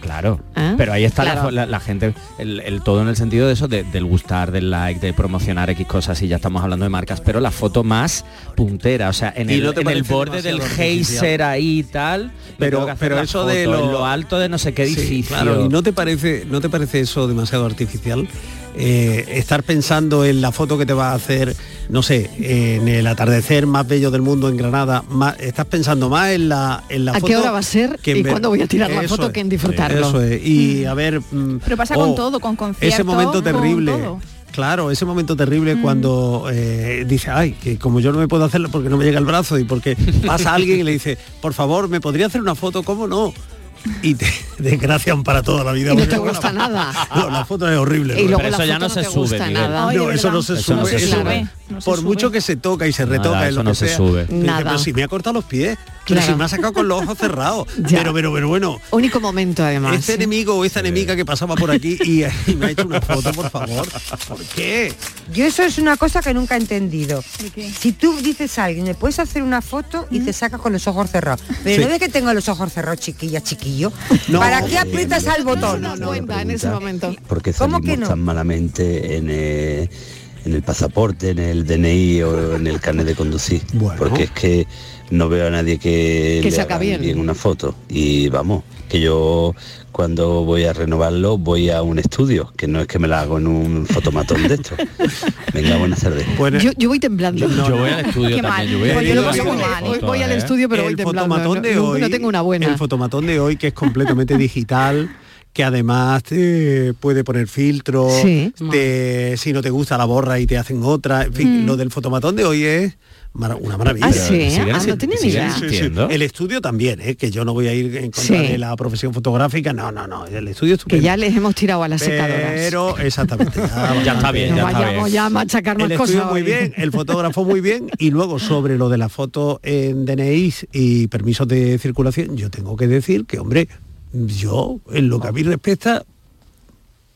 Speaker 9: claro.
Speaker 5: ¿Eh?
Speaker 9: Pero ahí está la-
Speaker 5: Claro.
Speaker 9: la, la gente, el, el todo en el sentido de eso, de- del gustar, del like, de promocionar X cosas, y ya estamos hablando de marcas, pero la foto más puntera, o sea, en
Speaker 6: ¿Y
Speaker 9: el,
Speaker 6: no te
Speaker 9: en el
Speaker 6: parece
Speaker 9: borde del
Speaker 6: demasiado
Speaker 9: geyser
Speaker 6: artificial?
Speaker 9: ahí y tal,
Speaker 6: Pero-
Speaker 9: yo creo que hacer
Speaker 6: pero
Speaker 9: la
Speaker 6: eso de
Speaker 9: foto en
Speaker 6: lo-
Speaker 9: lo alto de no sé qué
Speaker 6: Sí,
Speaker 9: edificio.
Speaker 6: claro, ¿y no te parece, no te parece eso demasiado artificial? Eh, estar pensando en la foto que te va a hacer, no sé, eh, en el atardecer más bello del mundo en Granada, más- estás pensando más en la, en la
Speaker 5: ¿A
Speaker 6: foto.
Speaker 5: qué hora va a ser
Speaker 6: que en
Speaker 5: y
Speaker 6: ver-
Speaker 5: cuándo voy a tirar la
Speaker 6: Eso
Speaker 5: foto
Speaker 6: es,
Speaker 5: que en disfrutarlo?
Speaker 6: Eso es. Y a ver. mm,
Speaker 8: Pero pasa con
Speaker 6: oh,
Speaker 8: todo, con conciertos.
Speaker 6: ese momento
Speaker 8: con
Speaker 6: terrible.
Speaker 8: todo.
Speaker 6: Claro, ese momento terrible cuando eh, dice, ay, que como yo no me puedo hacerlo porque no me llega el brazo y porque pasa alguien y le dice, por favor, ¿me podría hacer una foto? ¿Cómo no? Y te desgracian para toda la vida.
Speaker 5: Y no
Speaker 6: porque
Speaker 5: te
Speaker 6: luego la-
Speaker 5: gusta nada.
Speaker 6: No, la foto es horrible.
Speaker 5: Y luego
Speaker 6: Pero
Speaker 5: la
Speaker 6: eso ya
Speaker 5: foto
Speaker 6: no se
Speaker 5: te gusta
Speaker 6: sube,
Speaker 5: nada.
Speaker 6: Miguel. No, eso no se
Speaker 9: Eso no
Speaker 6: sube.
Speaker 9: se
Speaker 6: eso
Speaker 9: sube.
Speaker 6: no. Por mucho que se toca y se retoca,
Speaker 9: Nada,
Speaker 6: y lo
Speaker 9: eso no
Speaker 6: que
Speaker 9: se
Speaker 6: sea,
Speaker 9: sube.
Speaker 6: dice,
Speaker 5: Nada.
Speaker 6: Pero si me ha cortado los pies, pero
Speaker 5: Claro.
Speaker 6: si me ha sacado con los ojos cerrados. pero, pero, pero bueno,
Speaker 5: Único momento además.
Speaker 6: este
Speaker 5: ¿eh?
Speaker 6: enemigo o esta enemiga que pasaba por aquí y, y me ha hecho una foto, por favor. ¿Por qué?
Speaker 7: Yo eso es una cosa que nunca he entendido. Si tú dices a alguien, le puedes hacer una foto y te sacas con los ojos cerrados. Pero
Speaker 6: Sí.
Speaker 7: no ves que tengo los ojos cerrados, chiquilla, chiquillo.
Speaker 17: No.
Speaker 7: ¿Para qué aprietas al botón?
Speaker 5: Cuenta en ese momento.
Speaker 17: porque
Speaker 7: ¿Cómo
Speaker 17: salimos
Speaker 7: que no?
Speaker 17: tan malamente en, eh, en el pasaporte, en el DNI o en el carnet de conducir. Porque es que no veo a nadie que, le
Speaker 5: Que se haga
Speaker 17: hagan
Speaker 5: bien.
Speaker 17: una foto. Y vamos, que yo cuando voy a renovarlo voy a un estudio, que no es que me la hago en un fotomatón de esto. Venga, buenas tardes.
Speaker 5: Yo, yo voy temblando.
Speaker 17: Yo- yo voy al estudio
Speaker 5: Qué
Speaker 17: también, yo voy
Speaker 5: mal.
Speaker 17: al
Speaker 5: Pues yo lo
Speaker 17: estudio.
Speaker 5: paso muy mal. Voy,
Speaker 6: ¿eh?
Speaker 5: voy al estudio, pero voy
Speaker 6: el
Speaker 5: temblando.
Speaker 6: fotomatón de
Speaker 5: no, no
Speaker 6: hoy,
Speaker 5: tengo una buena.
Speaker 6: El fotomatón de hoy que es completamente digital que además te puede poner filtros,
Speaker 5: Sí.
Speaker 6: te- si no te gusta la borra y te hacen otra, en fin,
Speaker 5: Mm.
Speaker 6: lo del fotomatón de hoy es mara- una maravilla.
Speaker 5: Ah, sí, ¿eh? Ah, no tenía ni
Speaker 6: Sí,
Speaker 5: idea.
Speaker 6: sí, sí. El estudio también, ¿eh? que yo no voy a ir en contra
Speaker 5: Sí.
Speaker 6: de la profesión fotográfica, no, no, no, el estudio es
Speaker 5: que ya les hemos tirado a las secadoras.
Speaker 6: Pero exactamente. Ya,
Speaker 9: está bien,
Speaker 5: No vayamos ya a machacar más
Speaker 6: el
Speaker 5: cosas.
Speaker 6: estudio muy
Speaker 5: hoy.
Speaker 6: bien, el fotógrafo muy bien y luego sobre lo de la foto en DNIs y permisos de circulación, yo tengo que decir que hombre, yo en lo que a mí respecta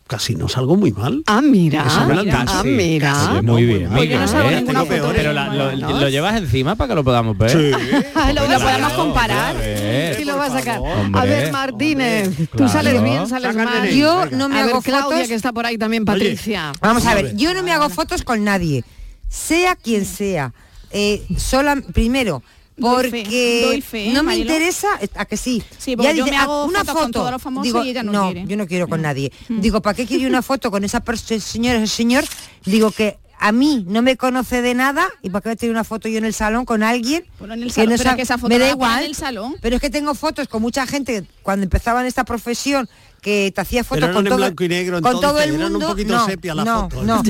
Speaker 6: casi no salgo muy mal.
Speaker 5: Ah, mira.
Speaker 6: Eso me lo han
Speaker 5: mira,
Speaker 6: dicho.
Speaker 5: ah, mira.
Speaker 6: Casi,
Speaker 9: Muy bien,
Speaker 6: mal. Porque
Speaker 9: Miguel,
Speaker 6: no salgo
Speaker 9: ¿eh?
Speaker 6: ninguna
Speaker 9: Pero
Speaker 6: foto
Speaker 9: pero
Speaker 6: de
Speaker 9: la- lo,
Speaker 6: Manuel, ¿no?
Speaker 9: lo llevas encima para que lo podamos ver.
Speaker 5: lo
Speaker 9: Hombre,
Speaker 5: podemos
Speaker 9: claro,
Speaker 5: comparar.
Speaker 9: a ver.
Speaker 5: Sí, lo vas a sacar.
Speaker 9: Hombre.
Speaker 5: A ver, Martínez, tú
Speaker 9: Claro.
Speaker 5: sales bien, sales
Speaker 7: Saca el
Speaker 5: mal.
Speaker 7: DNI, Yo venga. no me
Speaker 5: A ver,
Speaker 7: hago
Speaker 5: Claudia,
Speaker 7: fotos.
Speaker 5: que está por ahí también, Patricia.
Speaker 7: Vamos a ver, yo no me hago fotos con nadie, sea quien sea. Eh, sola, primero,
Speaker 8: Doy fe,
Speaker 7: porque
Speaker 8: doy fe,
Speaker 7: no me
Speaker 8: Marilo.
Speaker 7: interesa, eh, a que sí.
Speaker 8: Sí, porque yo me
Speaker 7: "Ah,
Speaker 8: hago fotos con todos los famosos
Speaker 7: digo,
Speaker 8: y ella no quiere". Mm.
Speaker 7: yo no quiero con nadie. Digo, ¿para qué quiero una foto con esa persona, señor, ese señor? Digo que a mí no me conoce de nada y para qué voy a tener una foto yo en el salón con alguien.
Speaker 8: Bueno, en el
Speaker 7: que
Speaker 8: salón,
Speaker 7: no
Speaker 8: pero
Speaker 7: sabe-
Speaker 8: que esa foto
Speaker 7: me da
Speaker 8: la ponen
Speaker 7: igual,
Speaker 8: en el salón.
Speaker 7: pero es que tengo fotos con mucha gente cuando empezaba en esta profesión que te hacía fotos
Speaker 6: Pero eran
Speaker 7: con
Speaker 6: en
Speaker 7: todo,
Speaker 6: blanco y negro,
Speaker 7: con
Speaker 6: entonces,
Speaker 7: todo el
Speaker 6: eran un
Speaker 7: mundo.
Speaker 6: poquito
Speaker 7: no,
Speaker 6: sepia ¿eh? las
Speaker 7: no,
Speaker 6: fotos.
Speaker 7: no.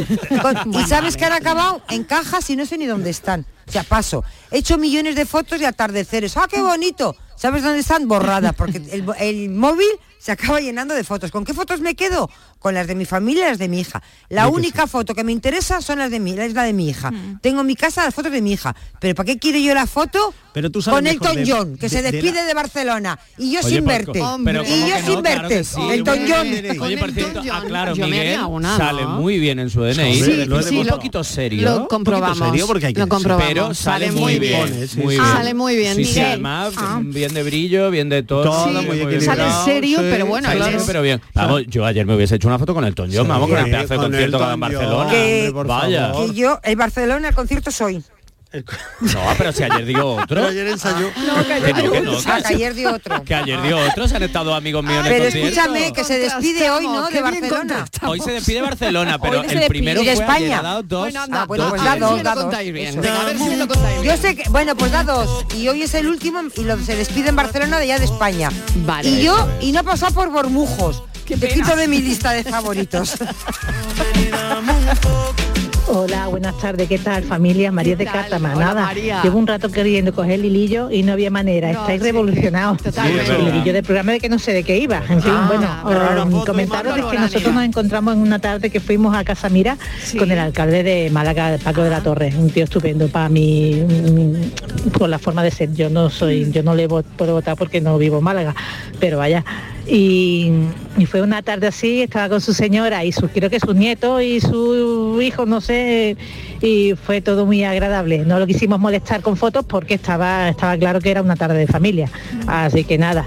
Speaker 7: Con- y sabes que han acabado en cajas y no sé ni dónde están. O sea, paso. He hecho millones de fotos de atardeceres. ¡Ah, qué bonito! ¿Sabes dónde están? Borradas, porque el, bo- el móvil se acaba llenando de fotos. ¿Con qué fotos me quedo? Con las de mi familia y las de mi hija. La
Speaker 18: Yo que
Speaker 7: única foto que me interesa son las de mi, es la de mi hija. Tengo en mi casa las fotos de mi hija. ¿Pero para qué quiero yo la foto
Speaker 6: Pero tú sabes
Speaker 7: con
Speaker 6: mejor
Speaker 7: Elton
Speaker 6: de-
Speaker 7: John, que
Speaker 6: de-
Speaker 7: se
Speaker 6: de la-
Speaker 7: despide de, Barcelona? Y yo
Speaker 9: Oye,
Speaker 7: sin
Speaker 9: por-
Speaker 7: verte.
Speaker 9: pero ¿cómo
Speaker 7: y yo
Speaker 9: que no?
Speaker 7: sin
Speaker 9: Claro
Speaker 7: verte.
Speaker 9: que sí,
Speaker 7: Elton
Speaker 9: hombre.
Speaker 7: John.
Speaker 9: Oye, por cierto, aclaro,
Speaker 5: yo me
Speaker 9: Miguel
Speaker 5: haría una,
Speaker 9: sale
Speaker 5: ¿no?
Speaker 9: muy bien en su DNI.
Speaker 5: Sí,
Speaker 9: lo
Speaker 5: sí,
Speaker 9: un
Speaker 5: lo-
Speaker 9: poquito serio.
Speaker 5: lo comprobamos,
Speaker 9: Un poquito serio porque hay que
Speaker 5: lo comprobamos.
Speaker 9: Pero sale,
Speaker 5: Sale muy
Speaker 9: muy bien.
Speaker 5: bien, sí,
Speaker 9: muy
Speaker 5: sí. Ah,
Speaker 9: bien.
Speaker 5: Sale muy bien,
Speaker 9: Sí, sí,
Speaker 5: Miguel.
Speaker 9: además,
Speaker 5: Ah.
Speaker 9: bien de brillo, bien de todo.
Speaker 6: Todo
Speaker 9: muy
Speaker 6: muy
Speaker 9: bien
Speaker 6: equilibrado,
Speaker 5: Sale
Speaker 9: equilibrado.
Speaker 5: serio, pero bueno,
Speaker 9: Sale
Speaker 5: él
Speaker 9: serio,
Speaker 5: es-
Speaker 9: pero bien. Vamos, yo ayer me hubiese hecho una foto con el John, vamos, con el pedazo de
Speaker 6: con
Speaker 9: concierto que
Speaker 6: Elton
Speaker 9: da en
Speaker 6: John,
Speaker 9: Barcelona.
Speaker 6: hombre, por
Speaker 9: Vaya.
Speaker 7: Que yo, el Barcelona, el concierto soy.
Speaker 9: No, pero si ayer digo otro.
Speaker 6: Pero ayer ensayó.
Speaker 9: que no, que no,
Speaker 7: Ah, que ayer dio otro.
Speaker 9: que ayer dio otro, se han estado amigos míos en el
Speaker 7: Pero
Speaker 9: concierto.
Speaker 7: escúchame, que se despide hoy, ¿no? De
Speaker 5: qué bien
Speaker 7: Barcelona.
Speaker 9: Hoy se despide Barcelona, pero
Speaker 7: Hoy se
Speaker 9: el
Speaker 7: despide.
Speaker 9: primero
Speaker 7: Y de
Speaker 9: fue ayer,
Speaker 7: España.
Speaker 9: ha dado dos.
Speaker 7: Bueno, anda,
Speaker 9: dos
Speaker 7: bueno, pues
Speaker 9: tiros.
Speaker 7: da dos, da dos. Eso. Mm. Yo sé que, bueno, pues da dos. Y hoy es el último y lo, se despide en Barcelona de allá de España.
Speaker 5: Vale.
Speaker 7: Y yo, y no pasó por Bormujos. Te quito de mi lista de favoritos.
Speaker 19: Hola, buenas tardes, ¿qué tal familia? María de Cártama,
Speaker 5: Hola,
Speaker 19: nada.
Speaker 5: María.
Speaker 19: Llevo un rato queriendo coger el hilillo y no había manera, estáis revolucionados.
Speaker 5: totalmente. Sí, es
Speaker 19: el
Speaker 5: verdad.
Speaker 19: hilillo del programa de que no sé de qué iba. En fin, bueno, eh, comentaros es que nosotros nos encontramos en una tarde que fuimos a Casa Mira con el alcalde de Málaga, Paco de la Torre, un tío estupendo para mí, mm, por la forma de ser. Yo no soy, yo no le vo- puedo votar porque no vivo en Málaga, pero vaya. Y, y fue una tarde así, estaba con su señora y su, creo que su nieto y su hijo, no sé, y fue todo muy agradable. No lo quisimos molestar con fotos porque estaba, estaba claro que era una tarde de familia. Así que nada,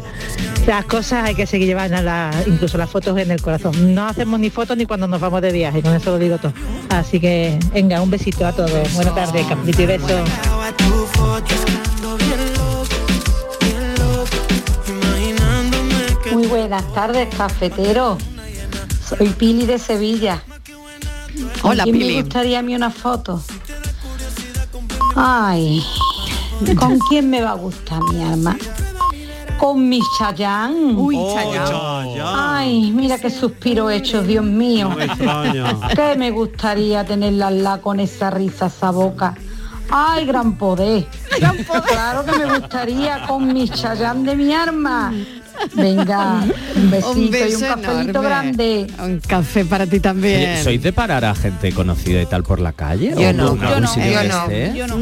Speaker 19: las cosas hay que seguir llevando, incluso las fotos en el corazón. No hacemos ni fotos ni cuando nos vamos de viaje, con eso lo digo todo. Así que venga, un besito a todos. Buenas tardes, caprito y beso.
Speaker 10: Muy buenas tardes, cafetero. Soy Pili de Sevilla. ¿Con
Speaker 5: Hola,
Speaker 10: quién
Speaker 5: Pili.
Speaker 10: me gustaría a mí una foto? Ay, ¿con quién me va a gustar mi alma? Con mi Chayán. Uy,
Speaker 11: Oh,
Speaker 10: Ay, mira qué suspiro he hecho, Dios mío.
Speaker 11: No me extraña.
Speaker 10: Que me gustaría tenerla al lado con esa risa, esa boca. Ay, gran poder. Claro que me gustaría con mi Chayán de mi arma. Venga, un besito y un
Speaker 5: beso
Speaker 10: cafelito
Speaker 5: enorme.
Speaker 10: grande.
Speaker 5: Un café para ti
Speaker 9: Oye,
Speaker 5: también.
Speaker 9: ¿Sois de parar a gente conocida y tal por la calle? ¿O en algún sitio que esté?
Speaker 5: No, yo no,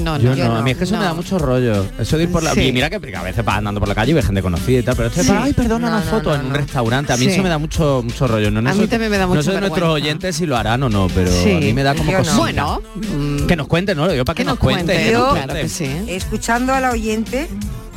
Speaker 5: no,
Speaker 9: Yo
Speaker 5: no.
Speaker 9: no, a mí es que eso me da mucho rollo. Eso de ir por la...
Speaker 5: Sí.
Speaker 9: y Mira que que a veces vas andando por la calle y ves gente conocida y tal, pero esto es
Speaker 5: Sí.
Speaker 9: para, ay, perdona,
Speaker 5: No,
Speaker 9: una
Speaker 5: no,
Speaker 9: foto
Speaker 5: no,
Speaker 9: en un restaurante. A mí
Speaker 5: Sí.
Speaker 9: eso me da mucho mucho rollo. No,
Speaker 5: A mí
Speaker 9: sé-
Speaker 5: también me da
Speaker 9: No
Speaker 5: mucho
Speaker 9: sé de nuestros
Speaker 5: vergüenza.
Speaker 9: oyentes si lo harán o no, pero
Speaker 5: Sí.
Speaker 9: a mí me da como
Speaker 5: Yo no.
Speaker 9: cosita.
Speaker 5: Bueno, Mm.
Speaker 9: que nos cuenten, ¿no? Yo para que, nos cuenten. que nos
Speaker 7: Yo,
Speaker 9: cuenten.
Speaker 7: escuchando a la oyente,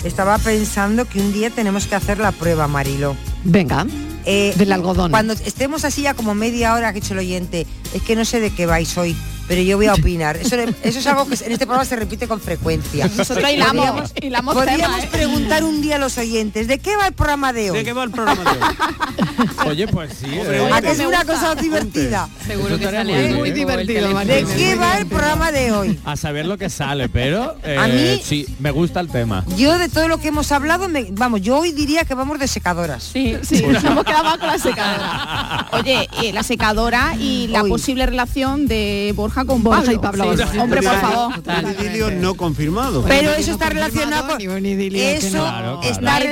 Speaker 7: estaba pensando que un día tenemos que hacer la prueba, Marilo.
Speaker 5: Venga.
Speaker 7: del algodón. Cuando estemos así ya como media hora que ha dicho el oyente, es que no sé de qué vais hoy, pero yo voy a opinar. Eso, eso es algo que en este programa se repite con frecuencia.
Speaker 8: Nosotros hilamos-
Speaker 7: Podríamos-
Speaker 8: hilamos
Speaker 7: podríamos
Speaker 8: temas, ¿eh?
Speaker 7: preguntar un día a los oyentes, ¿de qué va el programa de hoy? ¿De qué va el programa de hoy?
Speaker 9: Oye, pues sí. eh.
Speaker 7: ¿A que es una cosa divertida?
Speaker 9: Seguro que Eso estaría sale muy algo, bien. divertido,
Speaker 7: ¿De
Speaker 9: Martín.
Speaker 7: qué va el programa de hoy?
Speaker 9: A saber lo que sale, pero eh,
Speaker 7: A mí-
Speaker 9: sí, me gusta el tema.
Speaker 7: Yo de todo lo que hemos hablado, me- vamos, yo hoy diría que vamos de secadoras. Sí,
Speaker 8: sí, nos hemos quedado más con la secadora. Oye, eh, la secadora y la posible relación de Borja con
Speaker 5: Borja
Speaker 8: Pablo.
Speaker 5: y Pablo
Speaker 8: Sí,
Speaker 5: Borja.
Speaker 8: Hombre, por
Speaker 5: Total.
Speaker 8: favor.
Speaker 6: Un idilio no confirmado.
Speaker 7: Pero eso está relacionado con eso
Speaker 6: Claro, claro.
Speaker 7: está
Speaker 8: Idilio,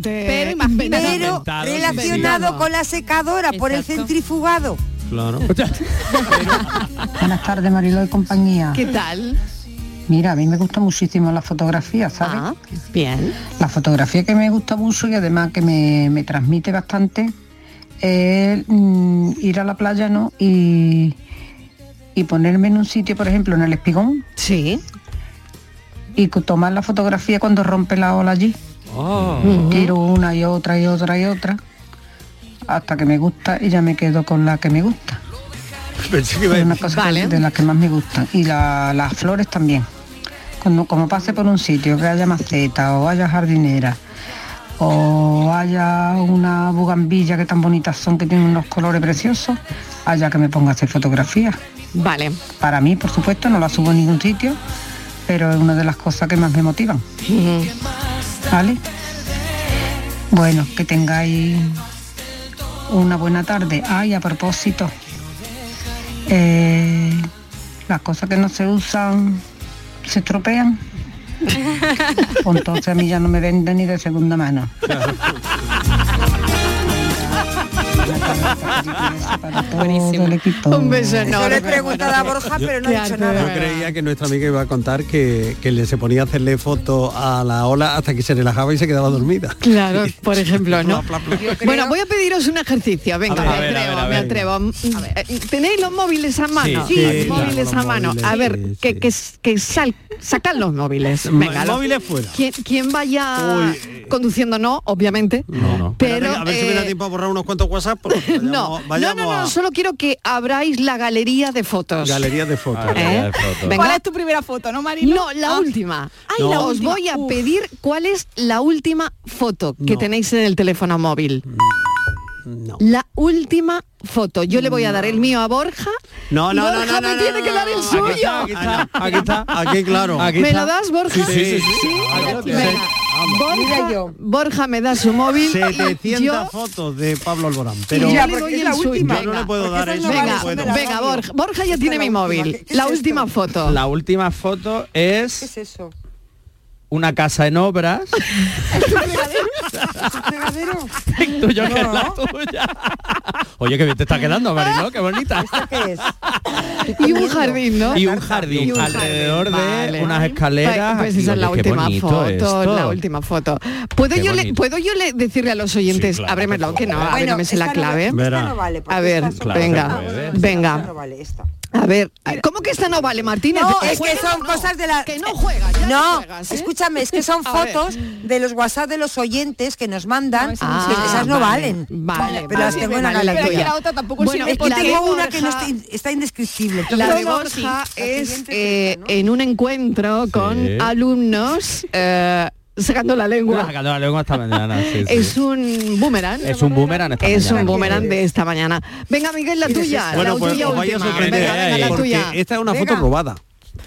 Speaker 8: pero- pero imagínate.
Speaker 7: pero
Speaker 8: Inventado,
Speaker 7: relacionado
Speaker 8: inventado.
Speaker 7: con la secadora por el centrifugado.
Speaker 6: Claro.
Speaker 20: Buenas tardes, Mariló y compañía.
Speaker 5: ¿Qué tal?
Speaker 20: Mira, a mí me gusta muchísimo la fotografía, ¿sabes?
Speaker 5: Ah, bien.
Speaker 20: La fotografía que me gusta mucho y además que me, me transmite bastante es mm, ir a la playa, ¿no? Y, y ponerme en un sitio, por ejemplo, en el espigón.
Speaker 5: Sí.
Speaker 20: Y co- tomar la fotografía cuando rompe la ola allí.
Speaker 11: Ujú.
Speaker 20: Tiro una y otra y otra y otra. Hasta que me gusta y ya me quedo con la que me gusta.
Speaker 6: Pensé que iba a
Speaker 20: Es una
Speaker 6: decir-
Speaker 20: cosa que- de las que más me gustan. Y la- las flores también. Cuando, como pase por un sitio, que haya maceta o haya jardinera o haya una bugambilla que tan bonitas son, que tienen unos colores preciosos, haya que me ponga a hacer fotografías.
Speaker 5: Vale.
Speaker 20: Para mí, por supuesto, no la subo a ningún sitio, pero es una de las cosas que más me motivan. ¿Vale? Bueno, que tengáis una buena tarde. Ay, a propósito, eh, las cosas que no se usan se estropean. O entonces a mí ya no me venden ni de segunda mano. Todo el equipo.
Speaker 6: Eso
Speaker 7: le he preguntado a Borja, Ah, pero no ha
Speaker 6: Yo
Speaker 7: dicho nada.
Speaker 6: creía que nuestra amiga iba a contar que, que le se ponía a hacerle fotos a la ola hasta que se relajaba y se quedaba dormida.
Speaker 5: Claro, por ejemplo, ¿no?
Speaker 6: Pla, pla, pla.
Speaker 5: Bueno, voy a pediros un ejercicio. Venga, me
Speaker 6: A ver, a
Speaker 5: atrevo,
Speaker 6: ver, a
Speaker 5: me
Speaker 6: ver,
Speaker 5: atrevo. Eh, ¿Tenéis los móviles a mano?
Speaker 6: Sí, Sí,
Speaker 5: Los
Speaker 6: sí,
Speaker 5: móviles a
Speaker 6: los
Speaker 5: mano.
Speaker 6: móviles,
Speaker 5: a ver, que, que, que sal, sacad los móviles. Venga, los-
Speaker 6: Móviles fuera. eh.
Speaker 5: ¿Quién, quién vaya conduciendo no, obviamente. Pero,
Speaker 6: a ver si me da
Speaker 5: eh,
Speaker 6: tiempo a borrar unos cuantos WhatsApp. porque
Speaker 5: no,
Speaker 6: Vayamos, vayamos
Speaker 5: no, no, no,
Speaker 6: a
Speaker 5: solo quiero que abráis la galería de fotos.
Speaker 6: galería de fotos.
Speaker 5: ¿Eh? Venga.
Speaker 8: ¿Cuál es tu primera foto, no, Marilo?
Speaker 5: No,
Speaker 6: Ah.
Speaker 5: la última.
Speaker 8: Ay, la
Speaker 5: Os
Speaker 8: última.
Speaker 5: voy a
Speaker 8: Uf.
Speaker 5: pedir cuál es la última foto que tenéis en el teléfono móvil.
Speaker 6: Mm,
Speaker 5: La última foto. Yo le voy a dar el mío a Borja.
Speaker 6: No, Oh, no,
Speaker 5: Borja
Speaker 6: no,
Speaker 5: me
Speaker 6: no, no, no,
Speaker 5: tiene
Speaker 6: no,
Speaker 5: que dar el
Speaker 6: no,
Speaker 5: suyo.
Speaker 6: aquí está, aquí está, aquí está, Ah, aquí, claro. Aquí
Speaker 5: ¿Me
Speaker 6: está.
Speaker 5: lo das, Borja?
Speaker 6: Sí, sí, sí, sí. Aquí lo tienes.
Speaker 5: Venga, Borja, Borja me da su móvil. y
Speaker 6: 700
Speaker 5: yo
Speaker 6: fotos de Pablo Alborán, pero
Speaker 5: Mira,
Speaker 6: yo
Speaker 5: porque
Speaker 6: le
Speaker 5: es la
Speaker 6: doy el
Speaker 5: última.
Speaker 6: suyo, Yo no le
Speaker 5: Venga,
Speaker 6: puedo dar eso.
Speaker 5: venga,
Speaker 6: no puedo.
Speaker 5: venga, Borja, Borja ya tiene mi móvil. La última foto.
Speaker 9: La última foto es...
Speaker 7: eso?
Speaker 9: una casa en obras. Tú, yo, que es la tuya. Oye, que bien te está quedando, Mariló, qué bonita.
Speaker 5: Y un jardín, ¿no?
Speaker 9: Y un jardín
Speaker 5: Y un jardín,
Speaker 9: alrededor
Speaker 5: vale.
Speaker 9: de unas escaleras.
Speaker 5: Pues esa es la
Speaker 9: Oye, qué
Speaker 5: última
Speaker 9: bonito
Speaker 5: foto,
Speaker 9: esto.
Speaker 5: la última foto. ¿Puedo
Speaker 9: Qué
Speaker 5: yo, le,
Speaker 9: bonito.
Speaker 5: ¿Puedo yo le decirle a los oyentes,
Speaker 9: claro,
Speaker 5: ábremelo,
Speaker 9: por
Speaker 5: que no,
Speaker 9: favor.
Speaker 5: a ver, no
Speaker 9: Bueno,
Speaker 5: me sé la
Speaker 9: esta no-
Speaker 5: clave?
Speaker 9: esta Verá. no vale, porque
Speaker 5: a ver,
Speaker 9: esta solo-
Speaker 5: venga,
Speaker 9: Claro que puede.
Speaker 5: venga. A ver, ¿cómo que esta no vale, Martínez?
Speaker 7: No,
Speaker 5: ¿Que
Speaker 7: es que
Speaker 5: juega?
Speaker 7: son cosas de la... Que no juegas, No, escúchame, es que son
Speaker 5: A ver.
Speaker 7: fotos de los WhatsApp de los oyentes que nos mandan.
Speaker 5: Ah,
Speaker 7: que esas no
Speaker 5: vale,
Speaker 7: valen.
Speaker 5: vale,
Speaker 7: Pero las
Speaker 5: vale,
Speaker 7: tengo en la
Speaker 5: vale, pero
Speaker 7: galería.
Speaker 5: es que la otra tampoco Bueno, sirve
Speaker 7: es que
Speaker 5: porque-
Speaker 7: tengo
Speaker 5: la de
Speaker 7: una que no
Speaker 5: Borja-
Speaker 7: está, in- está indescriptible.
Speaker 5: La de
Speaker 7: Entonces-
Speaker 5: Borja es eh, en un encuentro con alumnos eh, sacando la
Speaker 9: Ah,
Speaker 5: lengua.
Speaker 9: sacando la lengua esta mañana, sí,
Speaker 7: Eh,
Speaker 9: sí.
Speaker 5: Es un boomerang.
Speaker 9: Es un boomerang esta
Speaker 5: Es
Speaker 9: mañana.
Speaker 5: un boomerang de esta mañana. Venga, Miguel, la tuya.
Speaker 6: Bueno,
Speaker 5: la
Speaker 6: pues
Speaker 5: tuya
Speaker 6: os vaya a
Speaker 5: última.
Speaker 6: sorprender,
Speaker 5: Venga, venga, la
Speaker 6: porque
Speaker 5: tuya.
Speaker 6: esta es una foto
Speaker 5: Venga. Oh,
Speaker 6: robada.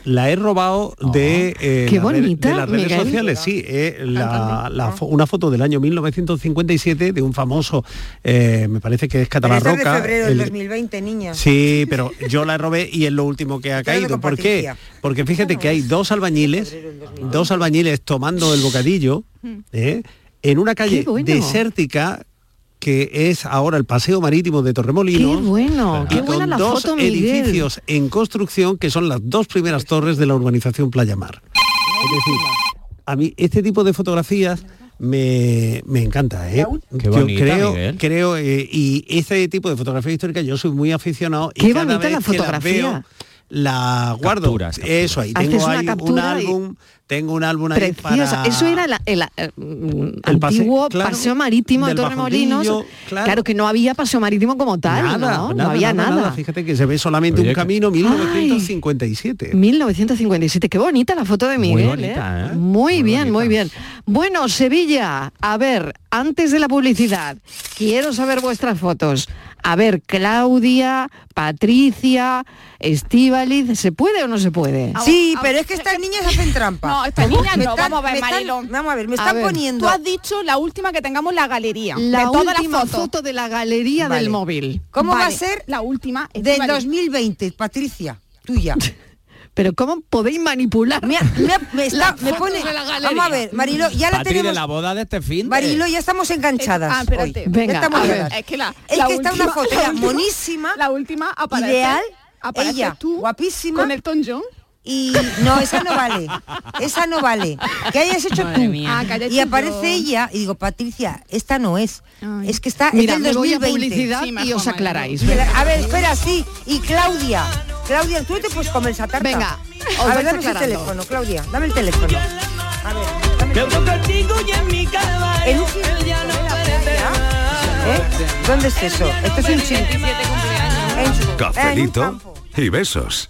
Speaker 6: La he robado de, eh,
Speaker 5: qué
Speaker 6: la red-
Speaker 5: bonita,
Speaker 6: de las redes
Speaker 5: Miguel.
Speaker 6: sociales, sí. eh, la- la fo- una foto del año 1957 de un famoso, eh, me parece que es
Speaker 7: Pero esta es
Speaker 6: Catamarroca.
Speaker 7: de febrero del
Speaker 6: el-
Speaker 7: 2020, niña.
Speaker 6: Sí, pero yo la robé y es lo último que ha caído. ¿Por qué?
Speaker 7: compartiría.
Speaker 6: Porque fíjate que hay dos albañiles, dos albañiles tomando el bocadillo ¿eh? en una calle
Speaker 5: Mm. bueno.
Speaker 6: desértica que es ahora el paseo marítimo de
Speaker 5: Qué
Speaker 6: Torremolinos.
Speaker 5: bueno,
Speaker 6: Y
Speaker 5: qué buena
Speaker 6: con
Speaker 5: la
Speaker 6: dos
Speaker 5: foto, Miguel.
Speaker 6: edificios en construcción que son las dos primeras torres de la urbanización Playa Mar. Es decir, a mí este tipo de fotografías me, me encanta, ¿eh?
Speaker 9: Qué
Speaker 6: yo
Speaker 9: bonita,
Speaker 6: creo,
Speaker 9: Miguel.
Speaker 6: creo eh, y este tipo de fotografía histórica yo soy muy aficionado y
Speaker 5: Qué
Speaker 6: cada
Speaker 5: bonita
Speaker 6: vez
Speaker 5: la
Speaker 6: que las
Speaker 5: fotografía.
Speaker 6: veo, la guardo. Eso ahí,
Speaker 5: Haces
Speaker 6: tengo
Speaker 5: una
Speaker 6: ahí un
Speaker 5: captura y-
Speaker 6: álbum, tengo un álbum ahí
Speaker 5: Preciosa.
Speaker 6: para
Speaker 5: Eso era la- el, eh, mm,
Speaker 6: El paseo,
Speaker 5: antiguo
Speaker 6: claro,
Speaker 5: paseo marítimo de
Speaker 6: del
Speaker 5: Torremolinos. Claro.
Speaker 6: Bajondillo, claro.
Speaker 5: que no había paseo marítimo como tal,
Speaker 6: nada,
Speaker 5: ¿no? No
Speaker 6: nada,
Speaker 5: había nada.
Speaker 6: Fíjate que se ve solamente un camino 1957.
Speaker 5: 1957, qué bonita la foto de Miguel.
Speaker 6: bonita,
Speaker 5: ¿eh? Muy, bien, muy bien. Bueno, Sevilla, a ver, antes de la publicidad, quiero saber vuestras fotos. A ver, Claudia, Patricia, Estíbaliz, ¿se puede o no se puede?
Speaker 7: Ah, Sí, pero es que estas niñas hacen trampa.
Speaker 8: No, estas
Speaker 7: ¿Cómo?
Speaker 8: niñas
Speaker 7: Me
Speaker 8: no.
Speaker 7: están-
Speaker 8: Vamos a
Speaker 7: me
Speaker 8: ver,
Speaker 7: están-
Speaker 8: Mariló.
Speaker 7: Vamos a ver, me están poniendo...
Speaker 8: Tú has dicho la última que tengamos en la galería.
Speaker 5: La
Speaker 8: de todas las
Speaker 5: última
Speaker 8: fotos.
Speaker 5: foto de la galería
Speaker 7: Vale.
Speaker 5: del móvil.
Speaker 7: ¿Cómo va a
Speaker 8: Vale,
Speaker 7: ser
Speaker 8: la última?
Speaker 7: Del
Speaker 8: Estíbaliz.
Speaker 7: 2020, Patricia, tuya.
Speaker 5: Pero ¿cómo podéis manipular?
Speaker 7: Me, me- me está-
Speaker 5: Las
Speaker 7: me
Speaker 5: fotos
Speaker 7: pone...
Speaker 5: de la galería?
Speaker 7: Vamos a ver, Marilo, ya la
Speaker 9: Patri, de
Speaker 7: tenemos...
Speaker 9: la boda de este fin. de-
Speaker 7: Marilo, ya estamos enganchadas.
Speaker 8: Ah, espérate.
Speaker 7: hoy. Ya estamos enganchadas.
Speaker 8: Es que la,
Speaker 7: Es
Speaker 8: la
Speaker 7: que está
Speaker 8: última-
Speaker 7: una foto
Speaker 8: la
Speaker 7: era
Speaker 8: última-
Speaker 7: monísima.
Speaker 8: La última aparece.
Speaker 7: ideal,
Speaker 8: aparece
Speaker 7: ella,
Speaker 8: tú,
Speaker 7: guapísima.
Speaker 8: Con Elton John.
Speaker 7: Y no, esa no vale. Esa no vale. Que hayas hecho
Speaker 8: Madre
Speaker 7: tú.
Speaker 8: mía. Ah, que haya
Speaker 7: y
Speaker 8: hecho
Speaker 7: aparece
Speaker 8: yo.
Speaker 7: ella y digo, Patricia, esta no es. Es que está
Speaker 5: Mira,
Speaker 7: es
Speaker 5: me
Speaker 7: del
Speaker 5: voy a
Speaker 7: 2020.
Speaker 5: publicidad Sí, y mejor, os Mariló. aclaráis.
Speaker 7: Que la- A ver, espera, sí. Y Claudia. Claudia, tú te puedes comer esa tarta.
Speaker 5: Venga, os
Speaker 7: a ver,
Speaker 5: vais
Speaker 7: dame el
Speaker 5: aclarando.
Speaker 7: teléfono, Claudia. Dame el teléfono. A ver, dame el
Speaker 1: Yo
Speaker 7: teléfono.
Speaker 1: contigo y en mi caballo.
Speaker 7: En un sitio de la playa, ¿eh? ¿Dónde es eso? Esto es un chiste.
Speaker 3: Cafelito y besos.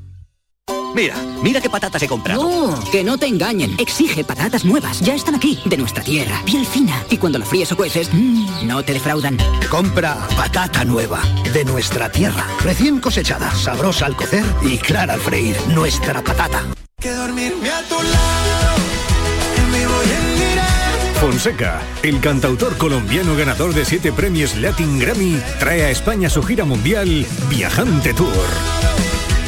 Speaker 21: Mira, mira qué patatas he comprado.
Speaker 22: No,
Speaker 21: que no te engañen. Exige patatas nuevas. Ya están aquí, de nuestra tierra, piel fina. Y cuando las fríes o cueces, mmm, no te defraudan.
Speaker 22: Compra
Speaker 21: patata nueva, de nuestra tierra. Recién cosechada, sabrosa al cocer y clara al freír. Nuestra patata.
Speaker 4: Que dormirme a tu lado, en vivo y en directo.
Speaker 23: Fonseca, el cantautor colombiano ganador de siete premios Latin Grammy, trae a España su gira mundial Viajante Tour.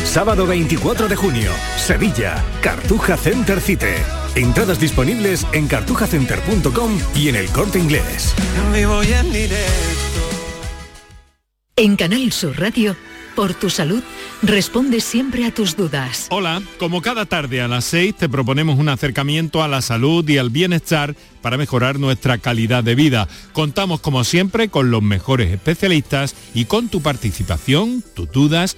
Speaker 23: Sábado 24 de junio, Sevilla, Cartuja Center Cite. Entradas disponibles en cartujacenter.com y en el corte inglés.
Speaker 4: En vivo y en directo.
Speaker 14: En Canal Sur Radio, por tu salud, responde siempre a tus dudas.
Speaker 24: Hola, como cada tarde a las 6 te proponemos un acercamiento a la salud y al bienestar para mejorar nuestra calidad de vida. Contamos como siempre con los mejores especialistas y con tu participación, tus dudas,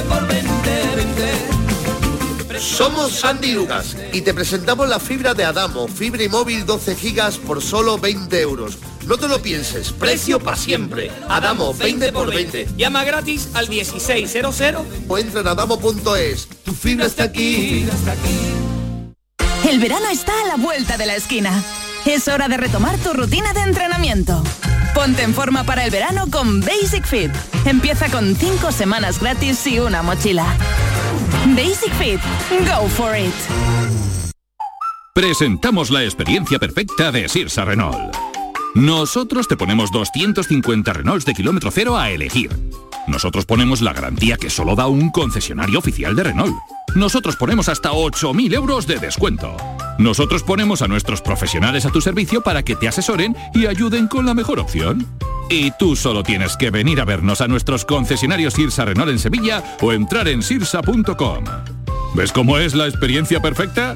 Speaker 1: por 20,
Speaker 25: Somos Sandy Lucas y te presentamos la fibra de Adamo, fibra y móvil 12 gigas por solo 20 euros. No te lo pienses, precio para siempre. Adamo, 20 por 20. Llama gratis al 1600 o entra en adamo.es. Tu fibra está aquí.
Speaker 26: El verano está a la vuelta de la esquina. Es hora de retomar tu rutina de entrenamiento. Ponte en forma para el verano con Basic Fit. Empieza con 5 semanas gratis y una mochila. Basic Fit. Go for it.
Speaker 27: Presentamos la experiencia perfecta de Sirsa Renault. Nosotros te ponemos 250 Renaults de kilómetro cero a elegir. Nosotros ponemos la garantía que solo da un concesionario oficial de Renault. Nosotros ponemos hasta 8.000 euros de descuento. Nosotros ponemos a nuestros profesionales a tu servicio para que te asesoren y ayuden con la mejor opción. Y tú solo tienes que venir a vernos a nuestros concesionarios Sirsa Renault en Sevilla o entrar en sirsa.com. ¿Ves cómo es la experiencia perfecta?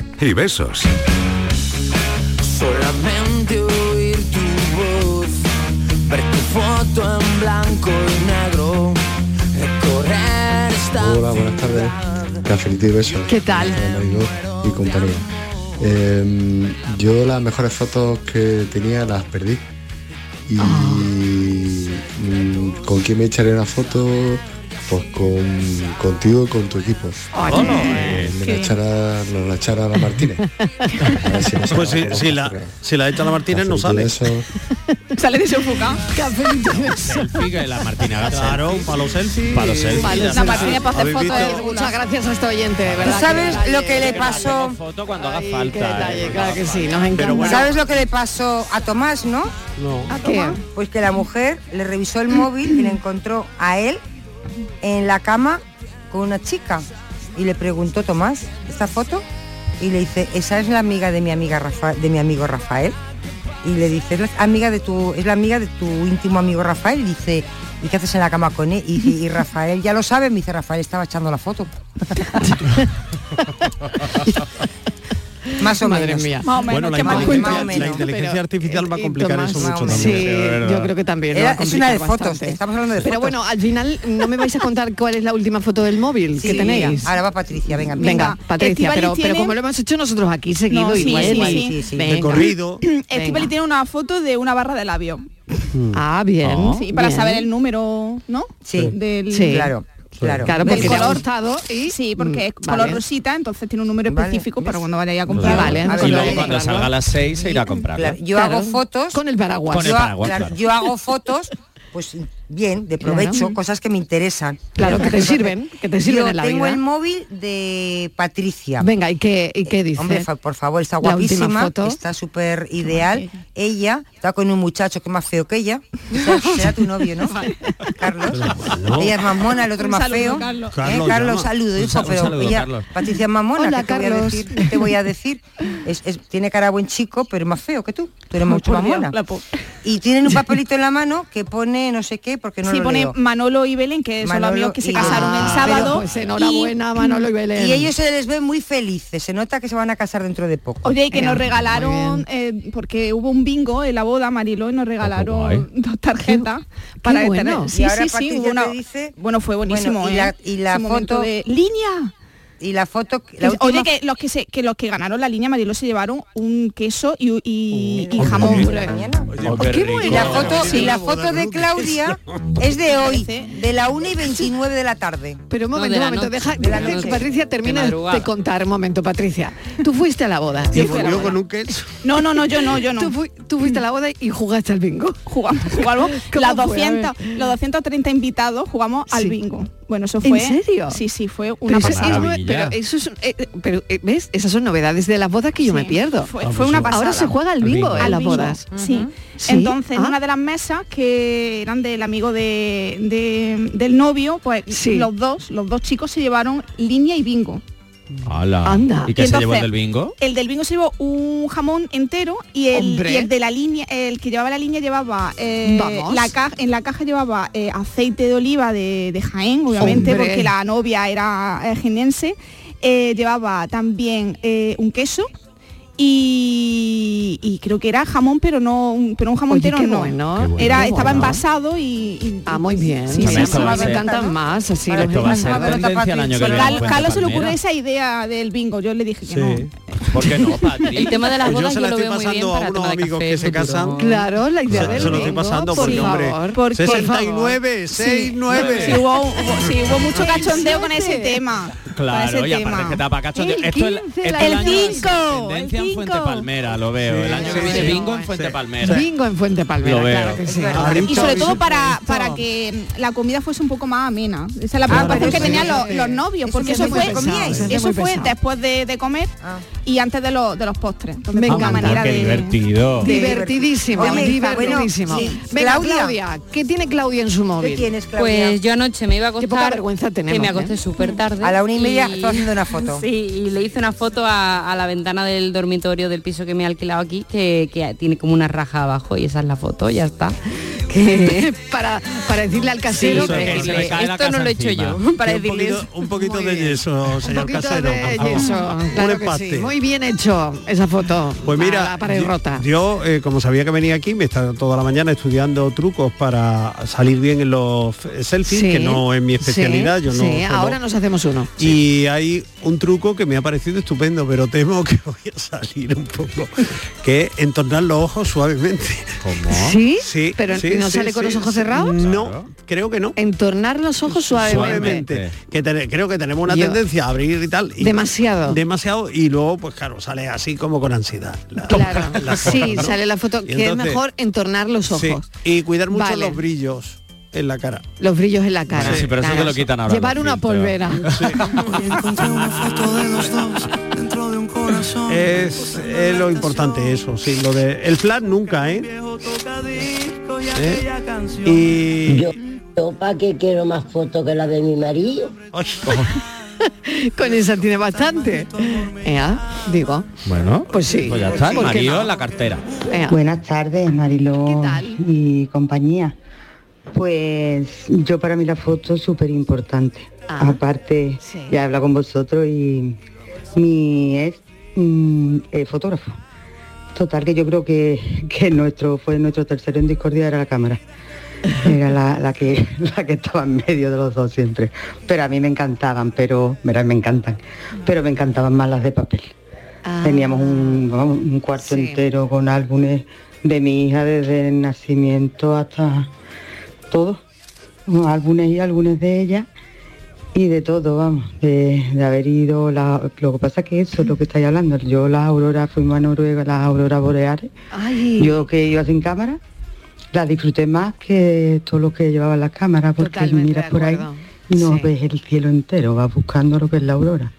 Speaker 3: y besos.
Speaker 1: Solamente oír tu voz, ver tu foto en blanco y negro, recorrer esta
Speaker 28: Hola, buenas tardes. Cafelito y besos.
Speaker 5: ¿Qué tal?
Speaker 28: Eh, Mariló y compañía. Eh, yo las mejores fotos que tenía las perdí. Y mm, con quién me echaré una foto, pues con contigo y con tu equipo.
Speaker 5: Ay,
Speaker 28: Eh, me la
Speaker 5: qué
Speaker 28: echará, nos la echará la Martínez. A ver si nos
Speaker 6: Pues si,
Speaker 28: acordamos.
Speaker 6: si la, si la echa la Martínez no sale.
Speaker 8: Sale desenfocado.
Speaker 9: Selfie, la Martina Gatsa.
Speaker 6: Claro, para los selfies.
Speaker 9: Para los selfies.
Speaker 6: Para los
Speaker 9: La
Speaker 6: selfies.
Speaker 9: Martina para hacer
Speaker 6: ¿Habéis
Speaker 9: fotos
Speaker 6: visto?
Speaker 5: Muchas gracias a este oyente, de verdad.
Speaker 7: ¿Tú sabes
Speaker 5: detalle.
Speaker 7: lo que le pasó?
Speaker 9: Foto cuando haga
Speaker 5: Qué
Speaker 9: falta.
Speaker 5: detalle,
Speaker 9: eh.
Speaker 5: claro que sí, nos encanta.
Speaker 7: ¿Sabes lo que le pasó a Tomás, no?
Speaker 6: No.
Speaker 7: ¿A Tomás? Pues que la mujer le revisó el móvil y le encontró a él en la cama con una chica. Y le preguntó, Tomás, ¿esta foto? Y le dice, esa es la amiga de mi amiga Rafa- de mi amigo Rafael. Y le dice, es la amiga de tu, es la amiga de tu íntimo amigo Rafael. Y dice, ¿y qué haces en la cama con él? Y, dice, y Rafael, ya lo sabe, me dice Rafael, estaba echando la foto. Más o
Speaker 5: Madre
Speaker 7: menos.
Speaker 5: mía.
Speaker 7: Más o menos,
Speaker 6: Bueno, la
Speaker 7: que más
Speaker 6: inteligencia,
Speaker 7: cuenta.
Speaker 6: la inteligencia artificial va a complicar eso
Speaker 5: Tomás,
Speaker 6: mucho
Speaker 5: sí,
Speaker 6: también.
Speaker 5: yo creo que también. lo
Speaker 7: Era-
Speaker 5: va a
Speaker 7: es una de
Speaker 5: complicar
Speaker 7: fotos,
Speaker 5: bastante.
Speaker 7: estamos hablando de
Speaker 5: Pero
Speaker 7: fotos.
Speaker 5: bueno, al final no me vais a contar cuál es la última foto del móvil
Speaker 7: Sí,
Speaker 5: que tenéis.
Speaker 7: Ahora va Patricia, venga.
Speaker 5: Venga, Patricia,
Speaker 8: Estíbaliz
Speaker 5: pero, pero
Speaker 8: tiene-
Speaker 5: como lo hemos hecho nosotros aquí seguido
Speaker 8: No, sí,
Speaker 5: igual,
Speaker 8: sí,
Speaker 5: igual.
Speaker 8: sí, sí, sí.
Speaker 5: Venga.
Speaker 6: Recorrido.
Speaker 8: Estivali tiene una foto de una barra de labio.
Speaker 5: Ah, bien.
Speaker 8: Sí, para
Speaker 5: bien.
Speaker 8: saber el número, ¿no?
Speaker 7: Sí.
Speaker 8: Del,
Speaker 5: Sí. Claro, claro. Claro, porque
Speaker 8: del
Speaker 5: le ha
Speaker 8: color
Speaker 5: gustado
Speaker 8: y sí, porque es
Speaker 5: Mm,
Speaker 8: color
Speaker 5: vale.
Speaker 8: rosita, entonces tiene un número específico para cuando vaya a comprar.
Speaker 9: Claro. Y luego
Speaker 8: Vale.
Speaker 9: cuando salga a las 6 se irá a comprar.
Speaker 7: Claro, yo
Speaker 8: Claro.
Speaker 7: hago fotos con el paraguas.
Speaker 9: Con el
Speaker 7: yo, ha-
Speaker 9: paraguas,
Speaker 7: claro,
Speaker 9: claro.
Speaker 7: yo hago fotos, pues bien, de provecho,
Speaker 5: Claro.
Speaker 7: cosas que me interesan.
Speaker 5: Claro, que te sirven, que te sirven
Speaker 7: Yo
Speaker 5: en la
Speaker 7: tengo
Speaker 5: vida.
Speaker 7: el móvil de Patricia. Eh,
Speaker 5: Venga, ¿y qué, y qué dice?
Speaker 7: Hombre, fa- por favor, está
Speaker 5: La última
Speaker 7: guapísima,
Speaker 5: foto.
Speaker 7: está súper ideal. Ella está con un muchacho que es más feo que ella. Será- Será tu novio, ¿no? Ella es más mona, el otro
Speaker 5: Un
Speaker 7: más
Speaker 5: saludo,
Speaker 7: feo.
Speaker 5: Carlos.
Speaker 7: Eh,
Speaker 5: Carlos,
Speaker 7: Carlos,
Speaker 5: llama.
Speaker 7: saludo,
Speaker 5: Un sa-
Speaker 7: hijo,
Speaker 5: un
Speaker 7: pero
Speaker 5: saludo,
Speaker 7: ella-
Speaker 5: Carlos.
Speaker 7: Patricia es más mona,
Speaker 5: Hola,
Speaker 7: ¿qué te voy a
Speaker 5: Carlos.
Speaker 7: decir? ¿Qué te voy a decir? Es- es- tiene cara de buen chico, pero es más feo que tú. Tú eres mucho
Speaker 8: Por
Speaker 7: más
Speaker 8: Dios,
Speaker 7: mona.
Speaker 8: la po-
Speaker 7: Y tienen un papelito en la mano que pone no sé qué, porque no
Speaker 8: sí,
Speaker 7: lo
Speaker 8: pone
Speaker 7: leo.
Speaker 8: Manolo y Belén, que son los
Speaker 7: Manolo
Speaker 8: amigos que se
Speaker 7: y-
Speaker 8: casaron el
Speaker 7: Ah,
Speaker 8: sábado.
Speaker 7: pero pues enhorabuena, Manolo y
Speaker 8: Belén.
Speaker 7: Y ellos se les ve muy felices, se nota que se van a casar dentro de poco.
Speaker 8: Oye, y que nos regalaron, eh, porque hubo un bingo en la boda, Marilo, y nos regalaron dos tarjetas para
Speaker 7: bueno.
Speaker 8: tener-
Speaker 7: Oh, Y
Speaker 8: Sí,
Speaker 7: ahora
Speaker 8: sí, sí,
Speaker 7: Patricia
Speaker 8: hubo una-
Speaker 7: te dice-
Speaker 8: Bueno, fue buenísimo.
Speaker 7: Bueno, y la-
Speaker 8: ¿eh?
Speaker 7: y la
Speaker 8: Ese momento
Speaker 7: foto-
Speaker 8: de línea.
Speaker 7: Y la foto... la última
Speaker 8: Oye, que los que, se, que los que ganaron la línea Marilo se llevaron un queso y, y- y jamón.
Speaker 7: Y la foto, y la foto de Claudia es de hoy, de la 1 y 29 de la tarde.
Speaker 5: Pero un momento, un momento, deja, déjate que Patricia termina de contar, un momento, Patricia. Tú fuiste a la boda.
Speaker 6: Y
Speaker 5: Yo fui a la
Speaker 6: volvió
Speaker 5: boda.
Speaker 6: con un queso.
Speaker 8: No, no, no, yo no, yo no.
Speaker 5: Tú, fui- tú fuiste a la boda y jugaste al bingo.
Speaker 8: Jugamos, jugamos
Speaker 5: ¿Cómo
Speaker 8: las
Speaker 5: fue? A
Speaker 8: 200,
Speaker 5: ver.
Speaker 8: los 230 invitados jugamos al bingo. Bueno, eso
Speaker 5: ¿En
Speaker 8: fue.
Speaker 5: serio?
Speaker 8: Sí, sí, fue
Speaker 5: Pero
Speaker 8: una
Speaker 5: eso es
Speaker 8: pasada.
Speaker 5: nue- pero eso es- eh, pero, eh, ¿ves? Esas son novedades de las bodas que yo me pierdo.
Speaker 8: Fue, fue una pasada.
Speaker 5: Ahora se juega Ah, pues al bingo en
Speaker 8: Al
Speaker 5: las
Speaker 8: bingo, ¿eh?
Speaker 5: bodas.
Speaker 8: Sí.
Speaker 5: Sí,
Speaker 8: Entonces, en
Speaker 5: ah.
Speaker 8: una de las mesas que eran del amigo de, de- del novio, pues los dos, los dos chicos se llevaron línea y bingo.
Speaker 9: Ala.
Speaker 8: Anda.
Speaker 9: ¿Y qué
Speaker 8: Y
Speaker 9: se llevó
Speaker 8: entonces-
Speaker 9: el del bingo?
Speaker 8: El del bingo se llevó un jamón entero y el,
Speaker 9: Hombre.
Speaker 8: y el de la línea, el que llevaba la línea llevaba eh,
Speaker 5: Vamos.
Speaker 8: la caja, en la caja llevaba eh, aceite de oliva de, de Jaén, obviamente,
Speaker 5: Hombre.
Speaker 8: porque la novia era eh, jienense. Eh, llevaba también eh, un queso y, y creo que era jamón, pero no, un- pero un jamón
Speaker 5: Oye,
Speaker 8: entero
Speaker 5: qué
Speaker 8: no.
Speaker 5: bueno, Qué bueno.
Speaker 8: Era
Speaker 5: qué
Speaker 8: estaba
Speaker 5: bueno.
Speaker 8: envasado y, y-
Speaker 5: Ah, muy bien.
Speaker 8: Sí,
Speaker 5: Sí,
Speaker 9: sí, esto va a
Speaker 5: me
Speaker 9: ser-
Speaker 5: encantan más así. los
Speaker 9: Esto va a
Speaker 5: mismos.
Speaker 9: ser tendencia el año que
Speaker 8: Cal- Carlos
Speaker 9: viene. Fuente
Speaker 8: se le
Speaker 9: Palmera.
Speaker 8: ocurre esa idea del bingo, yo le dije que no.
Speaker 9: ¿Por qué no, Patri?
Speaker 29: El tema de las bodas
Speaker 6: Pues yo se
Speaker 29: yo
Speaker 6: la
Speaker 29: lo
Speaker 6: estoy
Speaker 29: veo muy bien
Speaker 6: pasando a
Speaker 29: para
Speaker 6: unos
Speaker 29: tomar de
Speaker 6: amigos
Speaker 29: café.
Speaker 6: que se casan.
Speaker 5: Claro, la idea
Speaker 6: Se-
Speaker 5: del
Speaker 6: se lo estoy
Speaker 5: bingo,
Speaker 6: pasando
Speaker 5: por
Speaker 6: porque, hombre,
Speaker 5: favor, por favor.
Speaker 6: 69, 69.
Speaker 8: Sí, hubo, hubo- sí, hubo mucho cachondeo con ese tema.
Speaker 9: Claro,
Speaker 8: con ese
Speaker 9: y aparte
Speaker 8: tema.
Speaker 9: es que tapa cachondeo.
Speaker 8: El
Speaker 9: Esto es-
Speaker 8: 15,
Speaker 9: esto
Speaker 8: la-
Speaker 9: es
Speaker 8: el
Speaker 9: año de
Speaker 8: 5,
Speaker 9: tendencia en Fuente Palmera, lo veo. el año
Speaker 5: sí,
Speaker 9: que viene
Speaker 5: sí.
Speaker 9: bingo en Fuente Palmera.
Speaker 5: Bingo en Fuente Palmera,
Speaker 9: Lo veo.
Speaker 5: claro que sí.
Speaker 8: Y sobre todo para, para que la comida fuese un poco más amena. Esa es la
Speaker 5: Claro,
Speaker 8: preocupación que
Speaker 5: sí.
Speaker 8: tenían los, los novios,
Speaker 5: Eso
Speaker 8: porque
Speaker 5: es
Speaker 8: eso
Speaker 5: muy
Speaker 8: fue,
Speaker 5: pesado,
Speaker 8: comíais,
Speaker 5: eso es
Speaker 8: eso
Speaker 5: muy
Speaker 8: fue
Speaker 5: pesado.
Speaker 8: después de, de comer y antes de, los de los postres. Entonces, fue una
Speaker 9: encanta.
Speaker 8: manera
Speaker 9: Qué
Speaker 8: de-
Speaker 30: Oh.
Speaker 9: divertido.
Speaker 5: Ah, Divertidísimo,
Speaker 8: Oye, está bueno.
Speaker 5: divertidísimo.
Speaker 8: Sí.
Speaker 5: Venga,
Speaker 8: Claudia.
Speaker 5: Claudia, ¿qué tiene Claudia en su móvil?
Speaker 7: tienes, Claudia?
Speaker 29: Pues yo anoche me iba a acostar.
Speaker 5: poca vergüenza tenemos,
Speaker 29: Que me acosté
Speaker 5: ¿eh?
Speaker 29: súper tarde.
Speaker 7: A la una y media estaba haciendo una foto.
Speaker 29: Sí, y le hice una foto a, a la ventana del dormitorio del piso que me he alquilado aquí, que, que tiene como una raja abajo y esa es la foto, ya está. Que...
Speaker 5: para, para decirle al casero
Speaker 29: Sí,
Speaker 5: que,
Speaker 29: que se le cae la esto no casa lo he hecho
Speaker 9: encima.
Speaker 29: yo, para
Speaker 6: Que un
Speaker 29: decirle
Speaker 6: poquito,
Speaker 29: eso.
Speaker 6: un poquito de yeso, señor
Speaker 5: poquito
Speaker 6: casero.
Speaker 5: de
Speaker 6: por favor.
Speaker 5: yeso,
Speaker 6: Un
Speaker 5: este, claro que
Speaker 6: empate.
Speaker 5: sí. Muy bien hecho esa foto.
Speaker 6: Pues
Speaker 5: para
Speaker 6: mira,
Speaker 5: la pared
Speaker 6: yo-
Speaker 5: rota.
Speaker 6: Yo, eh, como sabía que venía aquí, me he estado toda la mañana estudiando trucos para salir bien en los eh, selfies,
Speaker 5: Sí,
Speaker 6: que no es mi especialidad,
Speaker 5: sí,
Speaker 6: yo no.
Speaker 5: sí,
Speaker 6: suelo-
Speaker 5: ahora nos hacemos uno.
Speaker 6: Y hay un truco que me ha parecido estupendo, pero temo que voy a salir un poco, que es entornar los ojos suavemente.
Speaker 9: ¿Cómo?
Speaker 5: ¿Sí?
Speaker 6: Sí.
Speaker 5: ¿Pero
Speaker 6: sí,
Speaker 5: no
Speaker 6: sí,
Speaker 5: sale con
Speaker 6: sí,
Speaker 5: los ojos
Speaker 6: sí.
Speaker 5: cerrados?
Speaker 6: No, creo que no.
Speaker 5: Entornar los ojos suavemente.
Speaker 6: Suavemente. Que te- creo que tenemos una
Speaker 5: Yo-
Speaker 6: tendencia a abrir y tal. y-
Speaker 5: Demasiado.
Speaker 6: Demasiado y luego, pues claro, sale así como con ansiedad. la-
Speaker 5: Claro.
Speaker 6: la foto,
Speaker 5: sí,
Speaker 6: ¿no?
Speaker 5: sale la foto
Speaker 6: Y
Speaker 5: que es
Speaker 6: entonces-
Speaker 5: mejor entornar los ojos.
Speaker 6: Sí, y cuidar mucho
Speaker 5: Vale.
Speaker 6: los brillos en la cara.
Speaker 5: Los brillos en la cara.
Speaker 9: Bueno, sí, pero eso
Speaker 5: Claro.
Speaker 9: te lo quitan ahora
Speaker 5: Llevar
Speaker 9: los
Speaker 5: una
Speaker 9: filtros.
Speaker 5: polvera.
Speaker 6: Es, es lo importante eso, sí, lo de el flan nunca, ¿eh? ¿Eh? Y
Speaker 31: Yo, yo para qué quiero más fotos que la de mi marido.
Speaker 5: Con esa tiene bastante. Ea, digo.
Speaker 9: Bueno,
Speaker 5: pues sí.
Speaker 9: Pues ya está, el
Speaker 5: ¿Por qué
Speaker 9: marido
Speaker 5: no?
Speaker 9: en la cartera.
Speaker 31: Buenas tardes, Mariló y compañía. Pues yo para mí la foto es súper importante. Aparte, ya he hablado con vosotros y mi es fotógrafo. Total, que yo creo que, que nuestro fue nuestro tercero en discordia era la cámara. Era la, la que, la que estaba en medio de los dos siempre. Pero a mí me encantaban, pero, verás, me encantan. Pero me encantaban más las de papel.
Speaker 5: Ah,
Speaker 31: Teníamos un, vamos, un cuarto entero con álbumes de mi hija desde el nacimiento hasta todo. Unos álbumes y álbumes de ella y de todo, vamos, de, de haber ido, la- lo que pasa que eso es lo que estáis hablando, yo las auroras, fuimos a Noruega, las auroras boreales,
Speaker 5: Ay.
Speaker 31: yo que iba sin cámara, las disfruté más que todo lo que llevaba las cámaras, porque
Speaker 5: Totalmente
Speaker 31: miras
Speaker 5: de
Speaker 31: por ahí
Speaker 5: acuerdo,
Speaker 31: y no ves el cielo entero, vas buscando lo que es la aurora.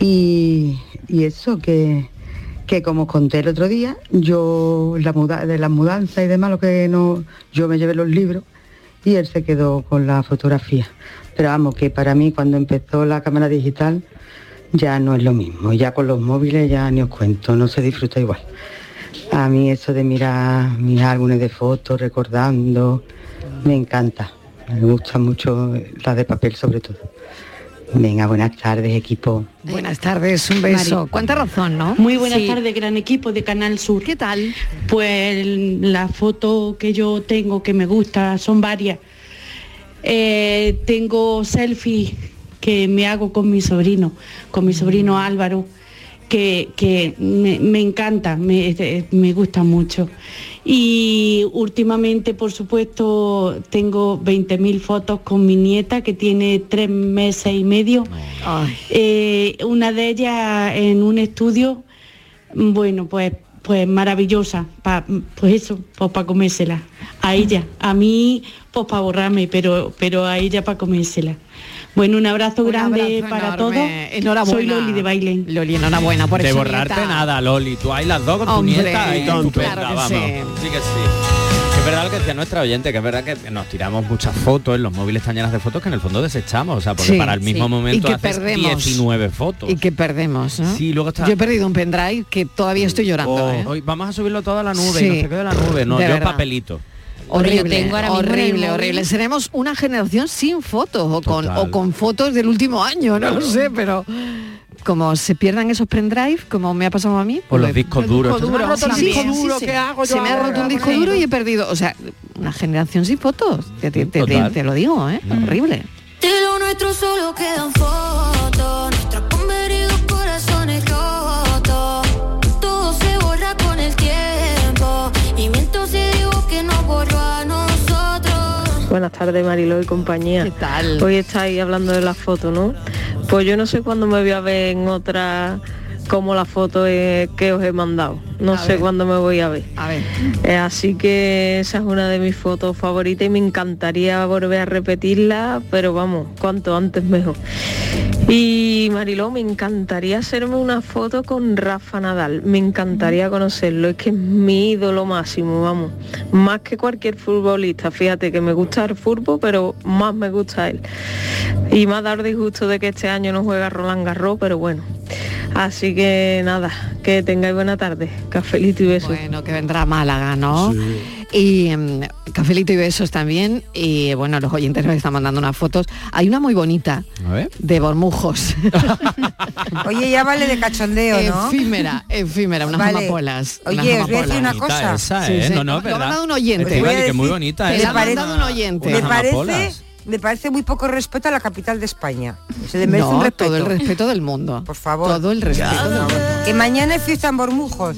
Speaker 31: Y, y eso que, que como os conté el otro día, yo la muda- de las mudanzas y demás, lo que no, yo me llevé los libros y él se quedó con la fotografía. Pero vamos, que para mí cuando empezó la cámara digital ya no es lo mismo, ya con los móviles ya ni os cuento, no se disfruta igual. A mí eso de mirar mis álbumes de fotos, recordando, me encanta. Me gusta mucho las de papel sobre todo. Venga, buenas tardes equipo.
Speaker 5: Buenas tardes, un beso.
Speaker 31: Mari.
Speaker 5: Cuánta razón, ¿no?
Speaker 15: Muy buenas
Speaker 5: Sí.
Speaker 15: tardes, gran equipo de Canal Sur. ¿Qué tal? Pues la foto que yo tengo que me gusta son varias. Eh, tengo selfies que me hago con mi sobrino, con mi sobrino Álvaro, que, que me, me encanta, me, eh, me gusta mucho. Y últimamente, por supuesto, tengo 20.000 fotos con mi nieta que tiene tres meses y medio. Eh, una de ellas en un estudio, bueno, pues, pues maravillosa, pa- pues eso, pues para comérsela. A ella, a mí, pues para borrarme, pero, pero a ella para comérsela. Bueno, un abrazo grande
Speaker 5: abrazo
Speaker 15: para
Speaker 5: enorme.
Speaker 15: todos.
Speaker 5: Enhorabuena.
Speaker 15: Soy Loli de Bailén.
Speaker 5: Loli, enhorabuena por
Speaker 9: De
Speaker 5: eso.
Speaker 9: borrarte nada, Loli. Tú hay las dos con
Speaker 5: Hombre,
Speaker 9: tu nieta. y
Speaker 5: claro
Speaker 9: estupenda,
Speaker 5: que
Speaker 9: vamos.
Speaker 5: sí.
Speaker 9: Sí que sí. Es verdad lo que decía nuestra oyente, que es verdad que nos tiramos muchas fotos, en los móviles están llenas de fotos que en el fondo desechamos, o sea, porque
Speaker 5: Sí,
Speaker 9: para el mismo
Speaker 5: sí. Y
Speaker 9: momento
Speaker 5: que
Speaker 9: haces
Speaker 5: perdemos.
Speaker 9: 19 fotos.
Speaker 5: Y que perdemos, ¿no?
Speaker 9: Sí, luego está-
Speaker 5: Yo he perdido un pendrive que todavía estoy llorando.
Speaker 9: Oh,
Speaker 5: ¿eh?
Speaker 9: hoy vamos a subirlo todo a la nube,
Speaker 5: Sí.
Speaker 9: y no se quede la nube, no,
Speaker 5: De
Speaker 9: yo
Speaker 5: verdad.
Speaker 9: papelito.
Speaker 5: Horrible,
Speaker 29: Yo tengo ahora mismo en el
Speaker 5: horrible,
Speaker 29: móvil-
Speaker 5: horrible. Seremos una generación sin fotos o con,
Speaker 9: Total.
Speaker 5: o con fotos del último año, no lo sé, pero como se pierdan esos pendrive, como me ha pasado a mí.
Speaker 9: O los discos duros.
Speaker 5: Se me ha roto el
Speaker 9: Sí,
Speaker 5: disco
Speaker 9: sí,
Speaker 5: duro,
Speaker 9: sí.
Speaker 5: ¿qué hago yo Se me ha
Speaker 9: ahora?
Speaker 5: roto un disco duro y he perdido, o sea, una generación sin fotos, te, te- te-
Speaker 9: Total. Mm.
Speaker 5: te lo digo, ¿eh? Horrible.
Speaker 10: De lo nuestro solo quedan fotos, nuestros convenidos corazones rotos. Todo se borra con el tiempo y miento si digo que no borró a nosotros.
Speaker 22: Buenas tardes, Mariló y compañía. ¿Qué
Speaker 5: tal?
Speaker 22: Hoy estáis hablando de la foto, ¿no? Pues yo no sé cuándo me voy a ver en otra como la foto eh, que os he mandado. No
Speaker 5: A
Speaker 22: sé
Speaker 5: ver.
Speaker 22: cuándo me voy a ver.
Speaker 5: A ver.
Speaker 22: Eh, así que esa es una de mis fotos favoritas y me encantaría volver a repetirla, pero vamos, cuanto antes mejor. Y Mariló, me encantaría hacerme una foto con Rafa Nadal, me encantaría conocerlo, es que es mi ídolo máximo, vamos, más que cualquier futbolista, fíjate que me gusta el fútbol, pero más me gusta él. Y me ha dado el disgusto de que este año no juega Roland Garros, pero bueno. Así que nada, que tengáis buena tarde, cafelito y besos.
Speaker 5: Bueno, que vendrá a Málaga, ¿no? Y mm, cafelito y besos también. Y bueno, los oyentes nos están mandando unas fotos. Hay una muy bonita de Bormujos.
Speaker 7: Oye, ya vale de cachondeo, ¿no?
Speaker 5: Efímera, efímera, unas
Speaker 7: Vale.
Speaker 5: amapolas.
Speaker 7: Oye,
Speaker 5: unas
Speaker 7: os voy a decir
Speaker 5: amapolas.
Speaker 7: una Bonita cosa.
Speaker 9: esa, ¿eh? No, no,
Speaker 5: Lo- Lo
Speaker 9: verdad.
Speaker 5: ha mandado un oyente.
Speaker 9: Estivali, que muy bonita,
Speaker 5: Te
Speaker 9: ¿eh?
Speaker 5: la ha
Speaker 9: Unas
Speaker 5: mandado un
Speaker 9: amapolas.
Speaker 5: oyente.
Speaker 7: Me parece,
Speaker 9: amapolas.
Speaker 7: me parece muy poco respeto a la capital de España. Se le merece
Speaker 5: No,
Speaker 7: un respeto.
Speaker 5: todo el respeto del mundo. Por
Speaker 7: favor.
Speaker 5: Todo el respeto del mundo.
Speaker 7: Que mañana es fiesta en Bormujos.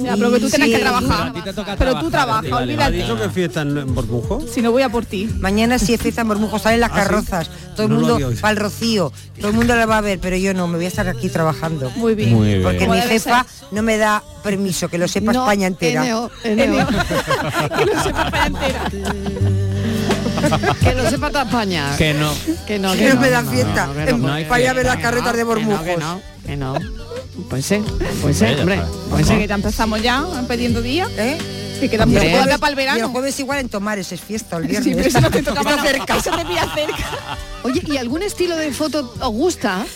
Speaker 8: Ya, pero que tú tienes que trabajar. pero tú
Speaker 6: trabajas,
Speaker 8: trabajas,
Speaker 6: ¿Ha dicho
Speaker 8: olvídate.
Speaker 6: que fiesta en, en Borbujo?
Speaker 8: Si no voy a por ti.
Speaker 7: Mañana sí es fiesta en Bormujos, salen las
Speaker 6: ¿Ah, sí?
Speaker 7: carrozas, todo el
Speaker 6: No lo
Speaker 7: mundo
Speaker 6: había oído.
Speaker 7: para el rocío, todo el mundo la va a ver, pero yo no, me voy a estar aquí trabajando. Muy
Speaker 8: bien.
Speaker 6: Muy bien.
Speaker 7: Porque
Speaker 6: Como
Speaker 7: mi
Speaker 6: debe
Speaker 7: jefa no me da permiso, que lo sepa
Speaker 5: No,
Speaker 7: España entera.
Speaker 5: NO, que lo sepa España entera. que lo sepa toda España.
Speaker 9: Que no.
Speaker 5: Que no, que,
Speaker 7: Que no
Speaker 5: no
Speaker 7: me da fiesta.
Speaker 5: no, que no,
Speaker 9: No
Speaker 5: que
Speaker 9: hay
Speaker 5: no.
Speaker 9: Vaya a ver
Speaker 7: las carretas de
Speaker 5: Que no,
Speaker 7: Bormujos.
Speaker 5: Que no, que no. Pues sí, pues sí, hombre. Pues sí.
Speaker 8: que ya empezamos ya pidiendo días.
Speaker 7: ¿Eh?
Speaker 8: Que queda
Speaker 7: Hombre.
Speaker 8: poco todavía para el
Speaker 7: Y el
Speaker 8: verano.
Speaker 7: jueves igual en Tomares es fiesta el viernes.
Speaker 8: Sí, pero eso no te tocaba
Speaker 7: Está
Speaker 8: nada.
Speaker 7: cerca.
Speaker 8: Eso te pilla cerca.
Speaker 5: Oye, ¿y algún estilo de foto os gusta?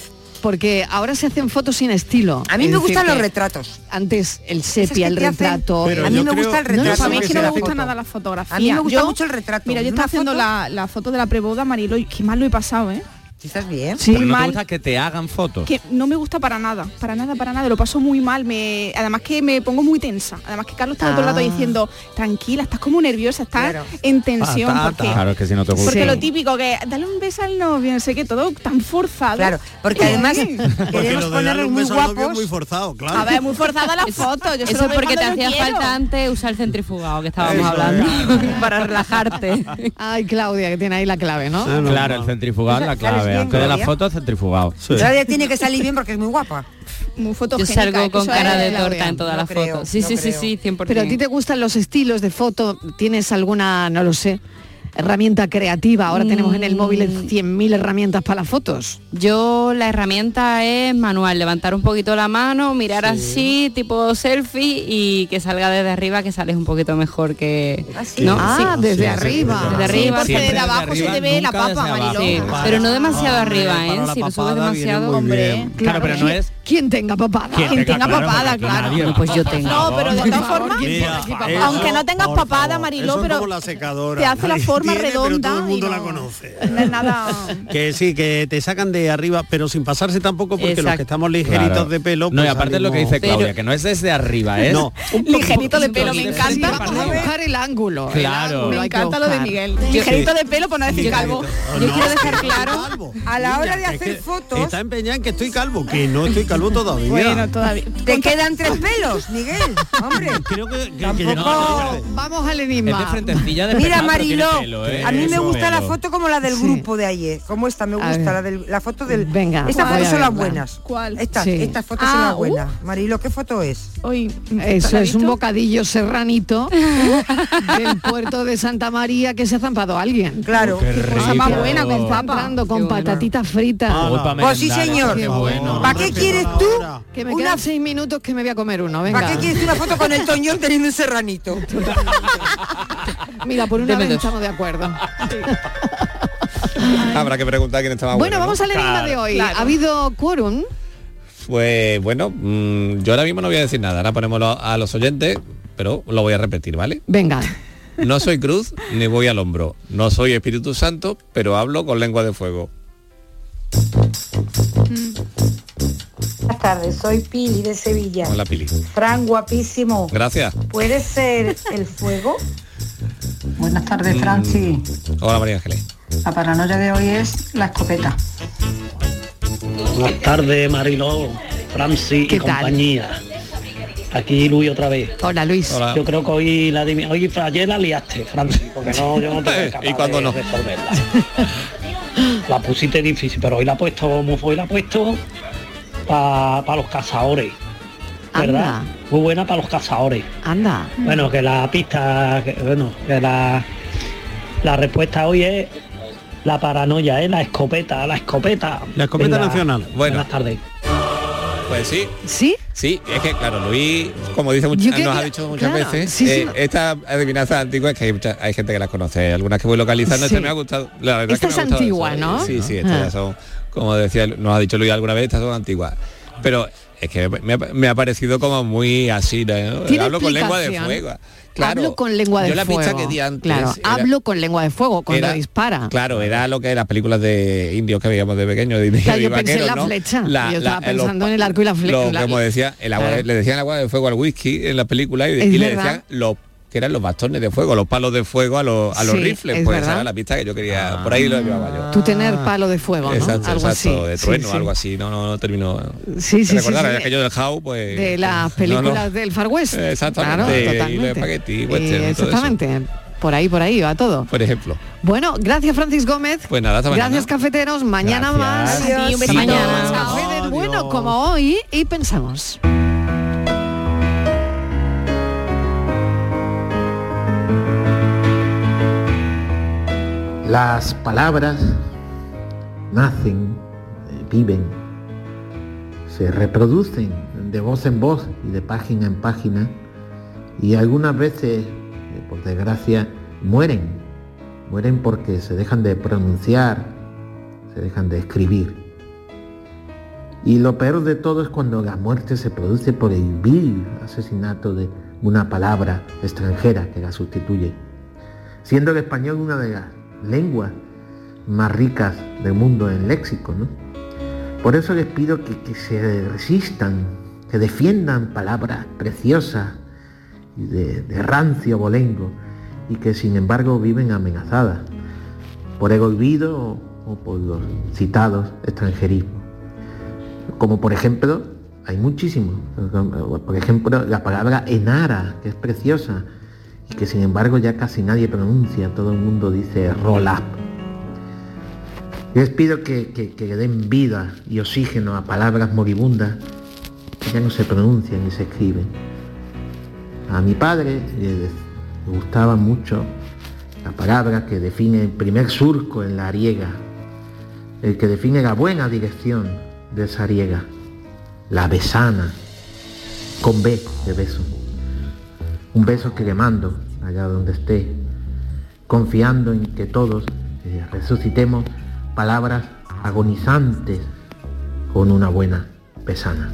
Speaker 5: Porque ahora se hacen fotos sin estilo.
Speaker 7: A mí
Speaker 5: Es
Speaker 7: me
Speaker 5: decir
Speaker 7: gustan los
Speaker 5: que
Speaker 7: retratos.
Speaker 5: Antes el
Speaker 7: Esas que
Speaker 5: sepia, el
Speaker 7: te hacen-
Speaker 5: retrato.
Speaker 7: Pero A mí yo me creo- gusta el retrato.
Speaker 8: No, a mí
Speaker 7: Eso
Speaker 8: es
Speaker 7: que
Speaker 8: que no
Speaker 7: se
Speaker 8: me
Speaker 7: hace
Speaker 8: gusta
Speaker 7: foto.
Speaker 8: nada la fotografía.
Speaker 7: A mí me gusta
Speaker 8: Yo-
Speaker 7: mucho el retrato.
Speaker 8: Mira, yo
Speaker 7: Una
Speaker 8: estaba haciendo
Speaker 7: foto-
Speaker 8: la, la foto de la preboda, Marilo, y qué mal lo he pasado, ¿eh?
Speaker 7: ¿Estás bien?
Speaker 8: Sí,
Speaker 9: Pero no te
Speaker 8: mal.
Speaker 9: gusta que te hagan fotos. Ah,
Speaker 8: Que no me gusta para nada, para nada, para nada. Lo paso muy mal. Me, además que me pongo muy tensa. Además que Carlos estaba todo el rato
Speaker 9: Ah.
Speaker 8: diciendo, tranquila, estás como nerviosa, estás en tensión.
Speaker 9: Ah, ta, ta.
Speaker 8: porque
Speaker 9: Claro, es que si no te gusta.
Speaker 8: porque
Speaker 9: Sí.
Speaker 8: lo típico que dale un beso al novio, no sé qué, todo tan forzado.
Speaker 7: Claro, porque
Speaker 8: ¿Qué?
Speaker 7: además
Speaker 6: Porque
Speaker 7: queremos
Speaker 6: lo de darle
Speaker 7: ponernos
Speaker 6: un
Speaker 7: muy
Speaker 6: beso al novio es
Speaker 7: guapos.
Speaker 6: muy forzado, claro.
Speaker 8: A ver, muy forzada la foto. Yo se
Speaker 29: Eso
Speaker 8: lo doy
Speaker 29: porque te
Speaker 8: cuando yo
Speaker 29: hacía
Speaker 8: quiero.
Speaker 29: falta antes usar el centrifugado que estábamos
Speaker 9: Eso
Speaker 29: hablando para relajarte.
Speaker 5: Ay, Claudia, que tiene ahí la clave, Ah, ¿no?
Speaker 9: Claro, el centrifugado es la
Speaker 5: ¿Sabes
Speaker 9: clave.
Speaker 5: bien,
Speaker 9: Antes de las
Speaker 5: Gloria?
Speaker 9: fotos, centrifugado.
Speaker 7: Claudia tiene que salir bien porque es muy guapa.
Speaker 8: Muy
Speaker 29: Yo
Speaker 8: fotogénica.
Speaker 29: salgo
Speaker 8: que
Speaker 29: con
Speaker 8: eso
Speaker 29: cara
Speaker 8: es
Speaker 29: de
Speaker 8: Laura.
Speaker 29: torta en todas
Speaker 8: No
Speaker 29: las
Speaker 8: creo,
Speaker 29: fotos. Sí,
Speaker 8: no
Speaker 29: sí, sí,
Speaker 8: creo.
Speaker 29: sí, 100%.
Speaker 5: Pero a ti te gustan los estilos de foto, ¿tienes alguna, no lo sé, herramienta creativa? Ahora tenemos
Speaker 29: Mm.
Speaker 5: en el móvil 100.000 herramientas para las fotos.
Speaker 29: Yo la herramienta es manual, levantar un poquito la mano, mirar así, tipo selfie y que salga desde arriba, que sales un poquito mejor que... ¿no?
Speaker 5: Ah,
Speaker 29: Sí.
Speaker 5: desde
Speaker 29: Sí,
Speaker 5: arriba.
Speaker 29: Desde arriba.
Speaker 5: porque
Speaker 29: Siempre
Speaker 5: desde
Speaker 29: desde
Speaker 5: abajo se
Speaker 29: arriba,
Speaker 5: te ve la
Speaker 29: nunca
Speaker 5: papa,
Speaker 29: desde abajo.
Speaker 5: Mariló.
Speaker 29: Sí, pero no demasiado arriba, ¿eh? Si lo subes demasiado, hombre.
Speaker 9: Claro, pero no es...
Speaker 5: Quien tenga papada.
Speaker 9: Quien
Speaker 5: Quien tenga
Speaker 9: tenga claro,
Speaker 5: papada,
Speaker 9: porque
Speaker 5: claro.
Speaker 9: nadie-
Speaker 5: No,
Speaker 29: pues yo tengo.
Speaker 8: No, pero de todas formas,
Speaker 6: Mira,
Speaker 8: aunque no tengas papada, Mariló,
Speaker 6: eso es
Speaker 8: pero
Speaker 6: como la secadora.
Speaker 8: te hace la
Speaker 6: Ay,
Speaker 8: forma
Speaker 6: tiene, pero
Speaker 8: redonda
Speaker 6: todo el
Speaker 8: y
Speaker 6: mundo
Speaker 8: no-
Speaker 6: la conoce.
Speaker 8: no es nada
Speaker 6: Que sí, que te sacan de arriba, pero sin pasarse tampoco porque los que
Speaker 9: Exacto.
Speaker 6: estamos ligeritos
Speaker 9: Claro.
Speaker 6: de pelo. pues
Speaker 9: No, y aparte es lo que dice
Speaker 6: salimos-
Speaker 9: Claudia, que no es desde arriba, ¿eh? es
Speaker 6: No.
Speaker 20: Ligerito de pelo, me
Speaker 5: Sí,
Speaker 20: encanta.
Speaker 5: vamos a buscar el ángulo. el
Speaker 9: Claro.
Speaker 5: ángulo
Speaker 9: Me
Speaker 5: hay que
Speaker 8: encanta lo de
Speaker 5: buscar.
Speaker 8: Miguel. Ligerito de pelo por no decir calvo.
Speaker 6: Yo
Speaker 8: quiero
Speaker 6: dejar
Speaker 8: claro
Speaker 7: a la hora de
Speaker 6: Niña, que es
Speaker 7: hacer
Speaker 6: que
Speaker 7: fotos
Speaker 6: Está empeñada en que estoy calvo, que no estoy calvo todavía.
Speaker 7: Bueno,
Speaker 8: todavía.
Speaker 7: te quedan tres pelos, Miguel. Hombre.
Speaker 6: Creo que, que- que-
Speaker 7: Tampoco-
Speaker 6: no, no,
Speaker 5: Vamos al
Speaker 9: Es de
Speaker 5: enigma.
Speaker 9: frentecilla de
Speaker 7: Mira,
Speaker 9: pecado, pero tiene
Speaker 7: Mariló,
Speaker 9: pelo, ¿eh?
Speaker 7: a mí me
Speaker 9: Eso.
Speaker 7: gusta la
Speaker 9: Pelo.
Speaker 7: foto como la del grupo de ayer. Como esta, me gusta la, del- la foto del... Venga, Estas
Speaker 5: voy
Speaker 7: fotos
Speaker 5: a
Speaker 7: son las
Speaker 5: verla.
Speaker 7: buenas.
Speaker 8: ¿Cuál?
Speaker 7: Estas,
Speaker 5: Sí.
Speaker 7: estas fotos son
Speaker 5: Ah,
Speaker 7: las buenas. Marilo, ¿qué foto es?
Speaker 8: Hoy,
Speaker 5: Eso es un bocadillo serranito del puerto de Santa María que se ha zampado alguien.
Speaker 7: Claro.
Speaker 9: Qué rico.
Speaker 5: Entrando con patatitas fritas.
Speaker 9: Ah, no.
Speaker 7: Pues sí, señor.
Speaker 9: Qué bueno.
Speaker 7: ¿Para qué quieres tú?
Speaker 5: Que me quedan seis minutos que me voy a comer uno. Venga.
Speaker 7: ¿Para qué quieres tú una foto con el toñón teniendo un serranito?
Speaker 5: Mira, por una
Speaker 30: Deme
Speaker 5: vez
Speaker 30: dos. Ah,
Speaker 5: estamos de acuerdo.
Speaker 30: Habrá que preguntar quién estaba
Speaker 5: bueno, vamos al enigma
Speaker 30: Claro.
Speaker 5: de hoy. ¿Ha habido quórum?
Speaker 30: Pues bueno, mm, yo ahora mismo no voy a decir nada, ahora ponémoslo a los oyentes, pero lo voy a repetir, ¿vale?
Speaker 5: Venga.
Speaker 30: No soy cruz ni voy al hombro, no soy Espíritu Santo, pero hablo con lengua de fuego.
Speaker 10: Buenas tardes, soy Pili de Sevilla.
Speaker 30: Hola Pili.
Speaker 10: Fran, guapísimo.
Speaker 30: Gracias.
Speaker 10: ¿Puede ser el fuego?
Speaker 30: Mm.
Speaker 10: Buenas tardes, Francis.
Speaker 30: Hola María Ángeles.
Speaker 10: La paranoia de hoy es la escopeta.
Speaker 2: Buenas tardes, Mariló, Francis
Speaker 5: ¿Qué
Speaker 2: y
Speaker 5: tal?
Speaker 2: compañía. Aquí Luis otra vez.
Speaker 5: Hola, Luis.
Speaker 2: Hola. Yo creo que hoy la adivin- hoy fra- ayer la liaste, Francis, porque no, yo no te
Speaker 30: ¿Y cuándo no?
Speaker 2: La pusiste difícil, pero hoy la ha puesto, hoy la ha puesto para los cazadores. ¿Verdad?
Speaker 5: Anda.
Speaker 2: Muy buena para los cazadores.
Speaker 5: Anda.
Speaker 2: Bueno, que la pista, que- bueno, que la, la respuesta hoy es la paranoia, ¿eh? la escopeta, la escopeta.
Speaker 6: La escopeta
Speaker 2: Venga,
Speaker 6: nacional.
Speaker 2: Buenas tardes.
Speaker 30: Pues sí.
Speaker 5: ¿Sí?
Speaker 30: Sí, es que claro, Luis, como dice mucha-
Speaker 2: Yo
Speaker 30: nos
Speaker 2: quería-
Speaker 30: ha dicho muchas
Speaker 2: claro,
Speaker 30: veces,
Speaker 2: sí, sí,
Speaker 30: eh,
Speaker 2: no.
Speaker 30: esta adivinanza antigua es que hay, mucha- hay gente que las conoce, algunas que voy localizando, esta
Speaker 5: Sí.
Speaker 30: me ha gustado. La verdad
Speaker 5: Esta
Speaker 30: que me
Speaker 5: es
Speaker 30: ha gustado
Speaker 5: antigua,
Speaker 30: esa, ¿eh?
Speaker 5: ¿no?
Speaker 30: Sí, sí, estas
Speaker 5: Ah.
Speaker 30: ya son, como decía, nos ha dicho Luis alguna vez, estas son antiguas. Pero es que me ha, me ha parecido como muy así, ¿no?
Speaker 5: Tiene
Speaker 30: Hablo con lengua de
Speaker 5: explicación.
Speaker 30: fuego. Claro,
Speaker 5: hablo con lengua de
Speaker 30: yo la
Speaker 5: fuego.
Speaker 30: pista que di antes
Speaker 5: claro,
Speaker 30: era-
Speaker 5: hablo con lengua de fuego cuando
Speaker 30: era-
Speaker 5: dispara.
Speaker 30: Claro, era lo que eran las películas de indios que veíamos de pequeño. de indios
Speaker 5: Claro,
Speaker 30: y
Speaker 5: yo pensé en
Speaker 30: vaqueros,
Speaker 5: la
Speaker 30: ¿no?
Speaker 5: flecha.
Speaker 30: La-
Speaker 5: yo
Speaker 30: la-
Speaker 5: estaba
Speaker 30: los
Speaker 5: pensando en el arco y la flecha.
Speaker 30: lo que como decía el agua de-
Speaker 5: Claro.
Speaker 30: le decían agua de fuego al whisky en la película y,
Speaker 5: Es
Speaker 30: y le
Speaker 5: verdad.
Speaker 30: decían los que eran los bastones de fuego los palos de fuego a los, a los
Speaker 5: Sí,
Speaker 30: rifles
Speaker 5: es
Speaker 30: pues
Speaker 5: verdad.
Speaker 30: esa era la pista que yo quería por ahí lo llevaba yo
Speaker 5: Tú tener palo de fuego, ¿no?
Speaker 30: exacto,
Speaker 5: algo
Speaker 30: exacto,
Speaker 5: así.
Speaker 30: de
Speaker 5: Sí,
Speaker 30: trueno
Speaker 5: sí.
Speaker 30: algo así no no, no termino
Speaker 5: Sí, sí, sí,
Speaker 30: de recordar
Speaker 5: sí.
Speaker 30: aquello del how pues
Speaker 5: De las
Speaker 30: no, no.
Speaker 5: películas del Far West.
Speaker 30: Exactamente, y
Speaker 5: Claro,
Speaker 30: los
Speaker 5: totalmente. Eh,
Speaker 30: espaguetis, western, todo eso.
Speaker 5: exactamente. Por ahí, por ahí va todo.
Speaker 30: por ejemplo
Speaker 5: Bueno, gracias Francis Gómez.
Speaker 30: Pues nada, hasta mañana.
Speaker 5: Gracias cafeteros. Mañana más.
Speaker 30: Gracias. Adiós.
Speaker 5: Hasta
Speaker 30: Adiós.
Speaker 5: mañana.
Speaker 30: Adiós.
Speaker 5: Café del bueno como hoy y pensamos.
Speaker 18: Las palabras nacen, eh, viven, se reproducen de voz en voz y de página en página y algunas veces, eh, por desgracia, mueren. Mueren porque se dejan de pronunciar, se dejan de escribir. Y lo peor de todo es cuando la muerte se produce por el vil asesinato de una palabra extranjera que la sustituye siendo el español una de las lenguas más ricas del mundo en léxico. ¿no? Por eso les pido que, que se resistan, que defiendan palabras preciosas y de, de rancio bolengo y que sin embargo viven amenazadas por el olvido o, o por los citados extranjerismos. Como por ejemplo, hay muchísimos, por ejemplo la palabra enara, que es preciosa, y que sin embargo ya casi nadie pronuncia, todo el mundo dice roll up. Les pido que, que- que den vida y oxígeno a palabras moribundas que ya no se pronuncian ni se escriben. A mi padre le, le gustaba mucho la palabra que define el primer surco en la ariega, el que define la buena dirección de esa ariega, la besana, con B de beso un beso que le mando allá donde esté, confiando en que todos eh, resucitemos palabras agonizantes con una buena pesana.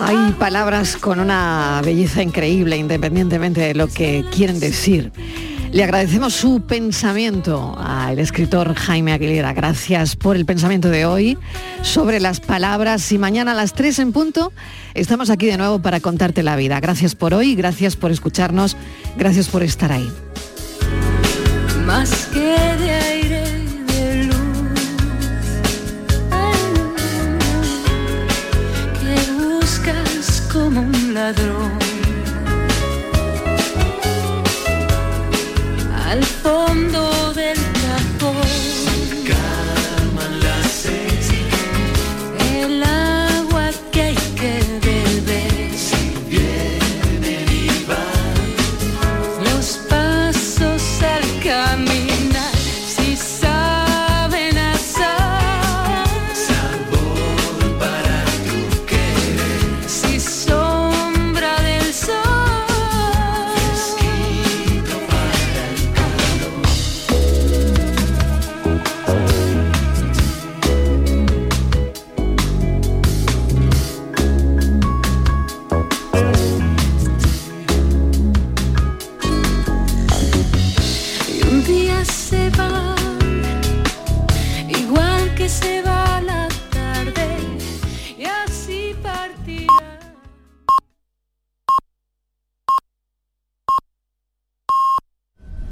Speaker 5: Hay palabras con una belleza increíble, independientemente de lo que quieren decir. Le agradecemos su pensamiento al escritor Jaime Aguilera. Gracias por el pensamiento de hoy sobre las palabras. Y mañana a las 3 en punto estamos aquí de nuevo para contarte la vida. Gracias por hoy, gracias por escucharnos, gracias por estar ahí.
Speaker 2: Más que de